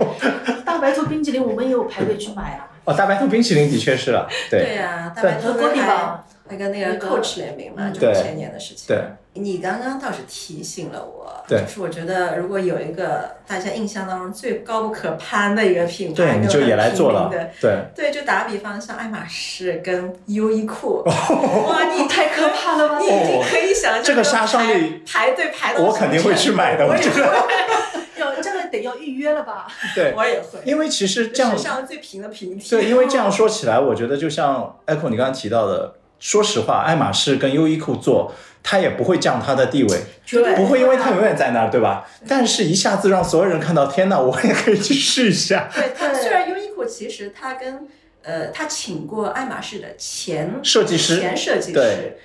Speaker 3: 大白兔冰淇淋我们也有排队去买 啊，
Speaker 1: 哦，大白兔冰淇淋的确是了，
Speaker 2: 对
Speaker 1: 对
Speaker 2: 呀、大
Speaker 1: 对
Speaker 2: 白兔
Speaker 3: 和郭迪
Speaker 2: 还
Speaker 3: 吧
Speaker 2: 还跟那
Speaker 3: 那
Speaker 2: 个
Speaker 3: 个
Speaker 2: Coach 联名嘛，
Speaker 3: 嗯
Speaker 2: 就是
Speaker 1: 对
Speaker 2: 前年的事情。
Speaker 1: 对，
Speaker 2: 你刚刚倒是提醒了我，
Speaker 1: 对
Speaker 2: 就是我觉得如果有一个大家印象当中最高不可攀的一个品牌，
Speaker 1: 对，你就也来做了
Speaker 2: 跟我们平民的，
Speaker 1: 对，
Speaker 2: 对，就打比方，像爱马仕跟优衣库，哇，你太可怕了吧！你已经可以想象
Speaker 1: 哦这个杀伤力
Speaker 2: 排排队排到
Speaker 1: 我肯定会去买的，我觉得，
Speaker 3: 要这个得要预约了吧？
Speaker 1: 对，
Speaker 2: 我也会。
Speaker 1: 因为其实这样
Speaker 2: 史上最平的平替。
Speaker 1: 对，因为这样说起来，我觉得就像 Echo 你刚刚提到的，说实话，爱马仕跟优衣库做，它也不会降它的地位，
Speaker 3: 绝对
Speaker 1: 不会因为它永远在那儿，对吧？但是一下子让所有人看到，天哪，我也可以去试一下。
Speaker 2: 对它
Speaker 3: 对
Speaker 2: 虽然优衣库其实它跟呃，它请过爱马仕的前
Speaker 1: 设计师
Speaker 2: 前设计师
Speaker 1: 对。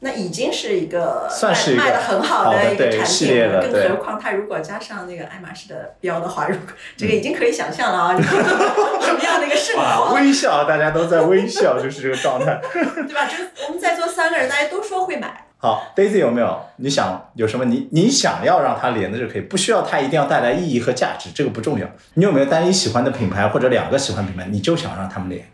Speaker 2: 那已经是一个
Speaker 1: 算是一个
Speaker 2: 卖的很好
Speaker 1: 好
Speaker 2: 的
Speaker 1: 的
Speaker 2: 一个
Speaker 1: 对
Speaker 2: 产
Speaker 1: 系
Speaker 2: 品
Speaker 1: 列了
Speaker 2: 更
Speaker 1: 对
Speaker 2: 何况它如果加上那个爱马仕的标的话，如果这个已经可以想象 了啊，什么样的一个生
Speaker 1: 哇，
Speaker 2: 活，
Speaker 1: 微笑，啊大家都在微笑，就是这个状态。
Speaker 2: 对吧？就是我们在座三个人，大家都说会买，
Speaker 1: 好，Daisy 有没有？你想有什么你？你想要让它连的就可以，不需要它一定要带来意义和价值，这个不重要。你有没有单一喜欢的品牌或者两个喜欢品牌，你就想让他们连？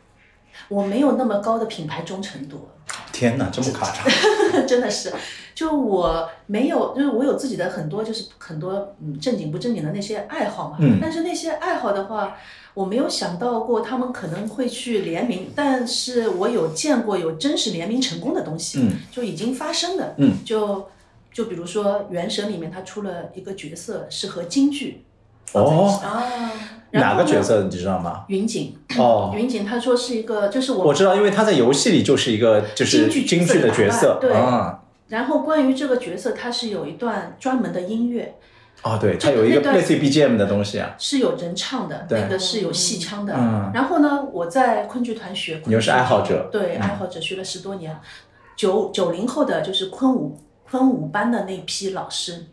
Speaker 3: 我没有那么高的品牌忠诚度，
Speaker 1: 天哪，这么夸 张！
Speaker 3: 真的是，就我没有，就是我有自己的很多，就是很多嗯正经不正经的那些爱好嘛。
Speaker 1: 嗯
Speaker 3: 但是那些爱好的话，我没有想到过他们可能会去联名，但是我有见过有真实联名成功的东西，
Speaker 1: 嗯，
Speaker 3: 就已经发生的。
Speaker 1: 嗯，
Speaker 3: 就就比如说《原神》里面，它出了一个角色是和京剧，
Speaker 1: 哦，
Speaker 2: 啊，
Speaker 3: 然
Speaker 1: 哪
Speaker 3: 后
Speaker 1: 个角
Speaker 3: 呢
Speaker 1: 色你知道 吗？
Speaker 3: 云锦，
Speaker 1: 哦，
Speaker 3: 云锦，他说是一个，就是我
Speaker 1: 我知道，因为他在游戏里就是一个就是京
Speaker 3: 京
Speaker 1: 剧
Speaker 3: 剧
Speaker 1: 的角
Speaker 3: 角
Speaker 1: 色
Speaker 3: 色，对
Speaker 1: 啊，
Speaker 3: 然后关于这个角色，它是有一段专门的音乐，
Speaker 1: 哦，对，他有一个
Speaker 3: 那段
Speaker 1: 类似于 BGM 的东西啊，
Speaker 3: 是有人唱的，
Speaker 1: 对
Speaker 3: 那个是有戏腔的。
Speaker 1: 嗯
Speaker 3: 然后呢，我在昆剧团学昆剧，
Speaker 1: 你又是爱好者
Speaker 3: 对，
Speaker 1: 嗯
Speaker 3: 爱好者学了十多年。九九零后的就是昆舞昆舞班的那批老师，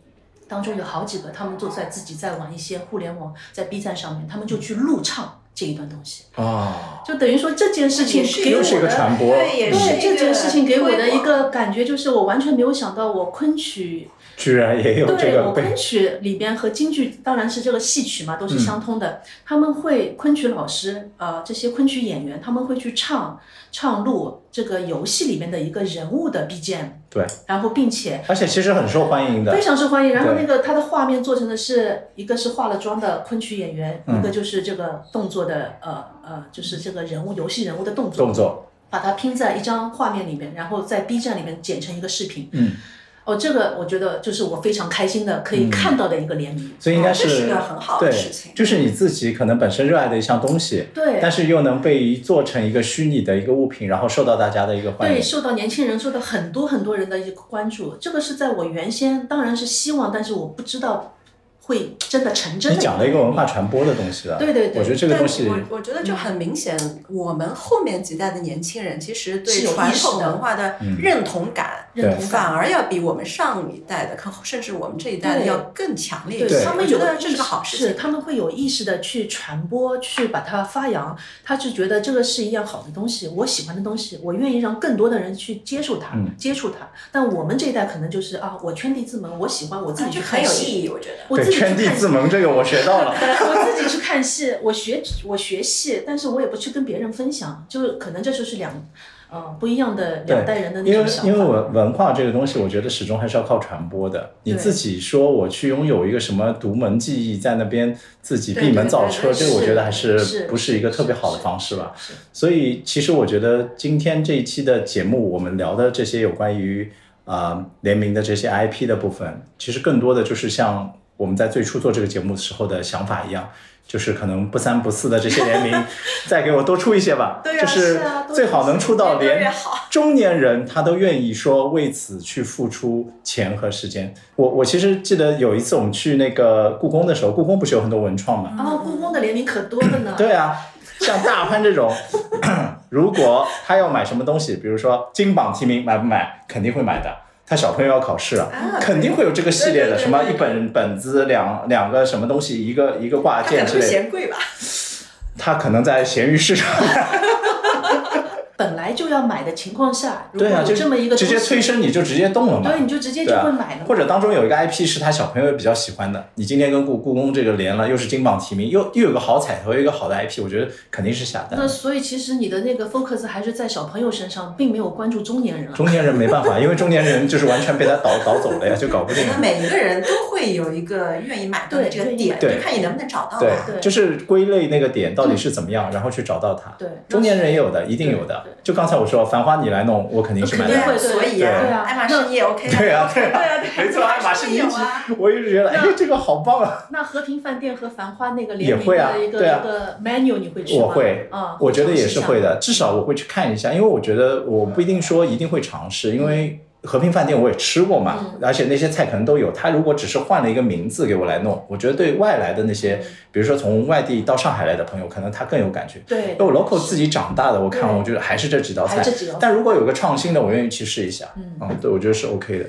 Speaker 3: 当中有好几个，他们就在自己在玩一些互联网，在 B 站上面，他们就去录唱这一段东西，
Speaker 1: 哦，
Speaker 3: 就等于说这件事情
Speaker 2: 也是
Speaker 3: 给
Speaker 1: 又
Speaker 3: 我
Speaker 1: 是一个
Speaker 3: 的
Speaker 1: 传播，
Speaker 2: 对，也
Speaker 1: 嗯
Speaker 2: 是
Speaker 3: 对
Speaker 2: 一
Speaker 3: 这
Speaker 2: 个
Speaker 3: 件事情给我的一
Speaker 2: 推广
Speaker 3: 个感觉就是，我完全没有想到我昆曲
Speaker 1: 居然也有这
Speaker 3: 对
Speaker 1: 个
Speaker 3: 我
Speaker 1: 被
Speaker 3: 昆曲里边和京剧当然是这个戏曲嘛，都
Speaker 1: 嗯
Speaker 3: 是相通的。他们会昆曲老师，呃，这些昆曲演员，他们会去唱唱录这个游戏里面的一个人物的 BGM，
Speaker 1: 对，
Speaker 3: 然后并且
Speaker 1: 而且其实很受欢迎的
Speaker 3: 非，常受欢迎。然后
Speaker 1: 对
Speaker 3: 那个他的画面做成的是一个是化了妆的昆曲演员，
Speaker 1: 嗯
Speaker 3: 一个就是这个动作的呃呃，就是这个人物游戏人物的动作，
Speaker 1: 动作，
Speaker 3: 把它拼在一张画面里面，然后在 B 站里面剪成一个视频。
Speaker 1: 嗯，
Speaker 3: 哦，这个我觉得就是我非常开心的可以看到的一个联名。
Speaker 1: 所以应该
Speaker 2: 哦这是
Speaker 1: 是
Speaker 2: 个很好的
Speaker 1: 对
Speaker 2: 事情，
Speaker 1: 就是你自己可能本身热爱的一项东西，
Speaker 3: 对
Speaker 1: 但是又能被做成一个虚拟的一个物品，然后受到大家的一个欢
Speaker 3: 对，
Speaker 1: 迎，
Speaker 3: 受到年轻人、受到很多很多人的一个关注，这个是在我原先当然是希望，但是我不知道会真的成真
Speaker 1: 你
Speaker 3: 的。
Speaker 1: 讲了一个文化传播的东西了，
Speaker 3: 对对对
Speaker 1: 我觉得这个
Speaker 2: 但
Speaker 1: 东西
Speaker 2: 我我觉得就
Speaker 3: 嗯
Speaker 2: 很明显，我们后面几代的年轻人其实对
Speaker 3: 是有
Speaker 2: 传
Speaker 3: 意识
Speaker 2: 统
Speaker 3: 的
Speaker 1: 嗯
Speaker 2: 文化的认同感
Speaker 3: 认同
Speaker 2: 反
Speaker 3: 感。
Speaker 2: 而要比我们上一代的，看甚至我们这一代的
Speaker 3: 对
Speaker 2: 要更强烈一
Speaker 1: 对
Speaker 2: 些。
Speaker 3: 他们
Speaker 2: 我觉
Speaker 3: 有
Speaker 2: 得这
Speaker 3: 意
Speaker 2: 是个好事
Speaker 3: 是
Speaker 2: 情。
Speaker 3: 他们会有意识的去传播，去把它发扬。他是觉得这个是一样好的东西，我喜欢的东西，我愿意让更多的人去接受它，
Speaker 1: 嗯
Speaker 3: 接触它。但我们这一代可能就是啊，我圈地自萌，我喜欢，我自己去
Speaker 2: 啊就
Speaker 3: 看
Speaker 2: 很有
Speaker 3: 戏，
Speaker 2: 意义，我觉得。
Speaker 3: 我
Speaker 1: 对
Speaker 3: 自己去
Speaker 1: 圈地
Speaker 3: 看
Speaker 1: 自萌这个我学 到了。
Speaker 3: 我自己去看戏，我学我学戏，但是我也不去跟别人分享，就是可能这就是两，呃，不一样的
Speaker 1: 对
Speaker 3: 两代人的那
Speaker 1: 因为
Speaker 3: 种想法。
Speaker 1: 因为文文化这个东西，我觉得始终还是要靠传播的。你
Speaker 3: 对
Speaker 1: 自己说我去拥有一个什么独门技艺，在那边自己
Speaker 3: 对
Speaker 1: 闭门
Speaker 3: 对
Speaker 1: 造
Speaker 3: 对
Speaker 1: 车，
Speaker 3: 对
Speaker 1: 这个我觉得还
Speaker 3: 是
Speaker 1: 是
Speaker 3: 是
Speaker 1: 不是一个特别
Speaker 3: 是
Speaker 1: 好的
Speaker 3: 是
Speaker 1: 方式吧。
Speaker 3: 是
Speaker 1: 所以，其实我觉得今天这一期的节目，我们聊的这些有关于呃联名的这些 IP 的部分，其实更多的就是像我们在最初做这个节目时候的想法一样，就是可能不三不四的这些联 名，再给我多出一些吧，
Speaker 2: 对啊
Speaker 1: 就是
Speaker 3: 是啊多
Speaker 1: 最好能出到
Speaker 2: 出一些越多越
Speaker 1: 连
Speaker 2: 好
Speaker 1: 中年人他都愿意说为此去付出钱和时间。我我其实记得有一次我们去那个故宫的时候，故宫不是有很多文创嘛，
Speaker 3: 然后啊故宫的联名可多了呢，
Speaker 1: 对啊，像大潘这种， 如果他要买什么东西，比如说金榜题名，买不买？肯定会买的。他小朋友要考试了，
Speaker 3: 嗯
Speaker 2: 啊
Speaker 1: 肯定会有这个系列的，
Speaker 2: 对对对
Speaker 1: 什么
Speaker 2: 对
Speaker 1: 一本本子，两两个什么东西，一个一个挂
Speaker 2: 他可
Speaker 1: 件之
Speaker 2: 能会
Speaker 1: 类的。
Speaker 2: 嫌贵吧，
Speaker 1: 他可能在闲鱼市 场，
Speaker 3: 本来就要买的情况下，如 果
Speaker 1: 对啊，
Speaker 3: 有
Speaker 1: 就
Speaker 3: 这么一个
Speaker 1: 直接
Speaker 3: 东西
Speaker 1: 催，生你就直接动了嘛。
Speaker 3: 对，你就直接就
Speaker 1: 对啊
Speaker 3: 会买了嘛。
Speaker 1: 或者当中有一个 IP 是他小朋友比较喜欢的，你今天跟故故宫这个连了，又是金榜题名，又又有个好彩头，又有一个好的 IP，我觉得肯定是下单
Speaker 3: 那。所以其实你的那个 focus 还是在小朋友身上，并没有关注中年人啊。
Speaker 1: 中年人没办法，因为中年人就是完全被他导导走了呀，就搞不定
Speaker 2: 那。每一个人都会有一个愿意买单的这个
Speaker 3: 对
Speaker 2: 点，
Speaker 1: 对
Speaker 2: 就看你能不能找到啊
Speaker 1: 对
Speaker 2: 吧。，
Speaker 3: 哦对
Speaker 1: 就是归类那个点到底是怎么样，然后去找到它。
Speaker 3: 对
Speaker 1: 中年人也有的，一定有的
Speaker 3: 对对。
Speaker 1: 就刚才我说，《繁花》你来弄，我肯定是买
Speaker 3: 肯
Speaker 1: 的
Speaker 3: 定。会，
Speaker 2: 所以
Speaker 1: 啊
Speaker 3: 对啊，
Speaker 2: 爱马仕你也 OK 啊
Speaker 1: 对啊，
Speaker 2: 对
Speaker 1: 对
Speaker 2: 啊，对啊
Speaker 1: 没错，爱马仕一
Speaker 2: 也有
Speaker 1: 级
Speaker 2: 啊。，
Speaker 1: 我一直觉得，哎
Speaker 3: 那，
Speaker 1: 这个好棒啊！
Speaker 3: 那和平饭店和繁花那个
Speaker 1: 也
Speaker 3: 联名
Speaker 1: 会啊
Speaker 3: 的一个
Speaker 1: 对啊
Speaker 3: 一个 menu 你会去吗？
Speaker 1: 我会
Speaker 3: 啊，
Speaker 1: 我觉得也是
Speaker 3: 尝试一
Speaker 1: 会
Speaker 3: 下。
Speaker 1: 的，至少我会去看一下，因为我觉得我不一定说一定会尝试，因为和平饭店我也吃过嘛，
Speaker 3: 嗯
Speaker 1: 而且那些菜可能都有。他如果只是换了一个名字给我来弄，我觉得对外来的那些，比如说从外地到上海来的朋友，可能他更有感觉。
Speaker 3: 对
Speaker 1: 因为我 local 自己长大的，我看
Speaker 3: 对
Speaker 1: 我觉得还是这几道菜
Speaker 3: 还是这几道菜，
Speaker 1: 但如果有个创新的，我愿意去试一下。嗯，对，我觉得是 OK 的。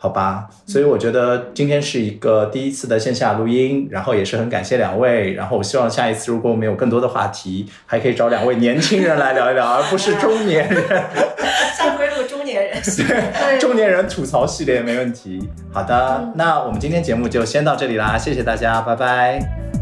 Speaker 1: 好吧，所以我觉得今天是一个第一次的线下录音，然后也是很感谢两位，然后我希望下一次如果我们有更多的话题，还可以找两位年轻人来聊一聊，而不 是中年人。
Speaker 2: 下回录中 年人。
Speaker 1: 中年人吐槽
Speaker 3: 嗯
Speaker 1: 系列没问题。好的，那我们今天节目就先到这里啦，谢谢大家，拜拜。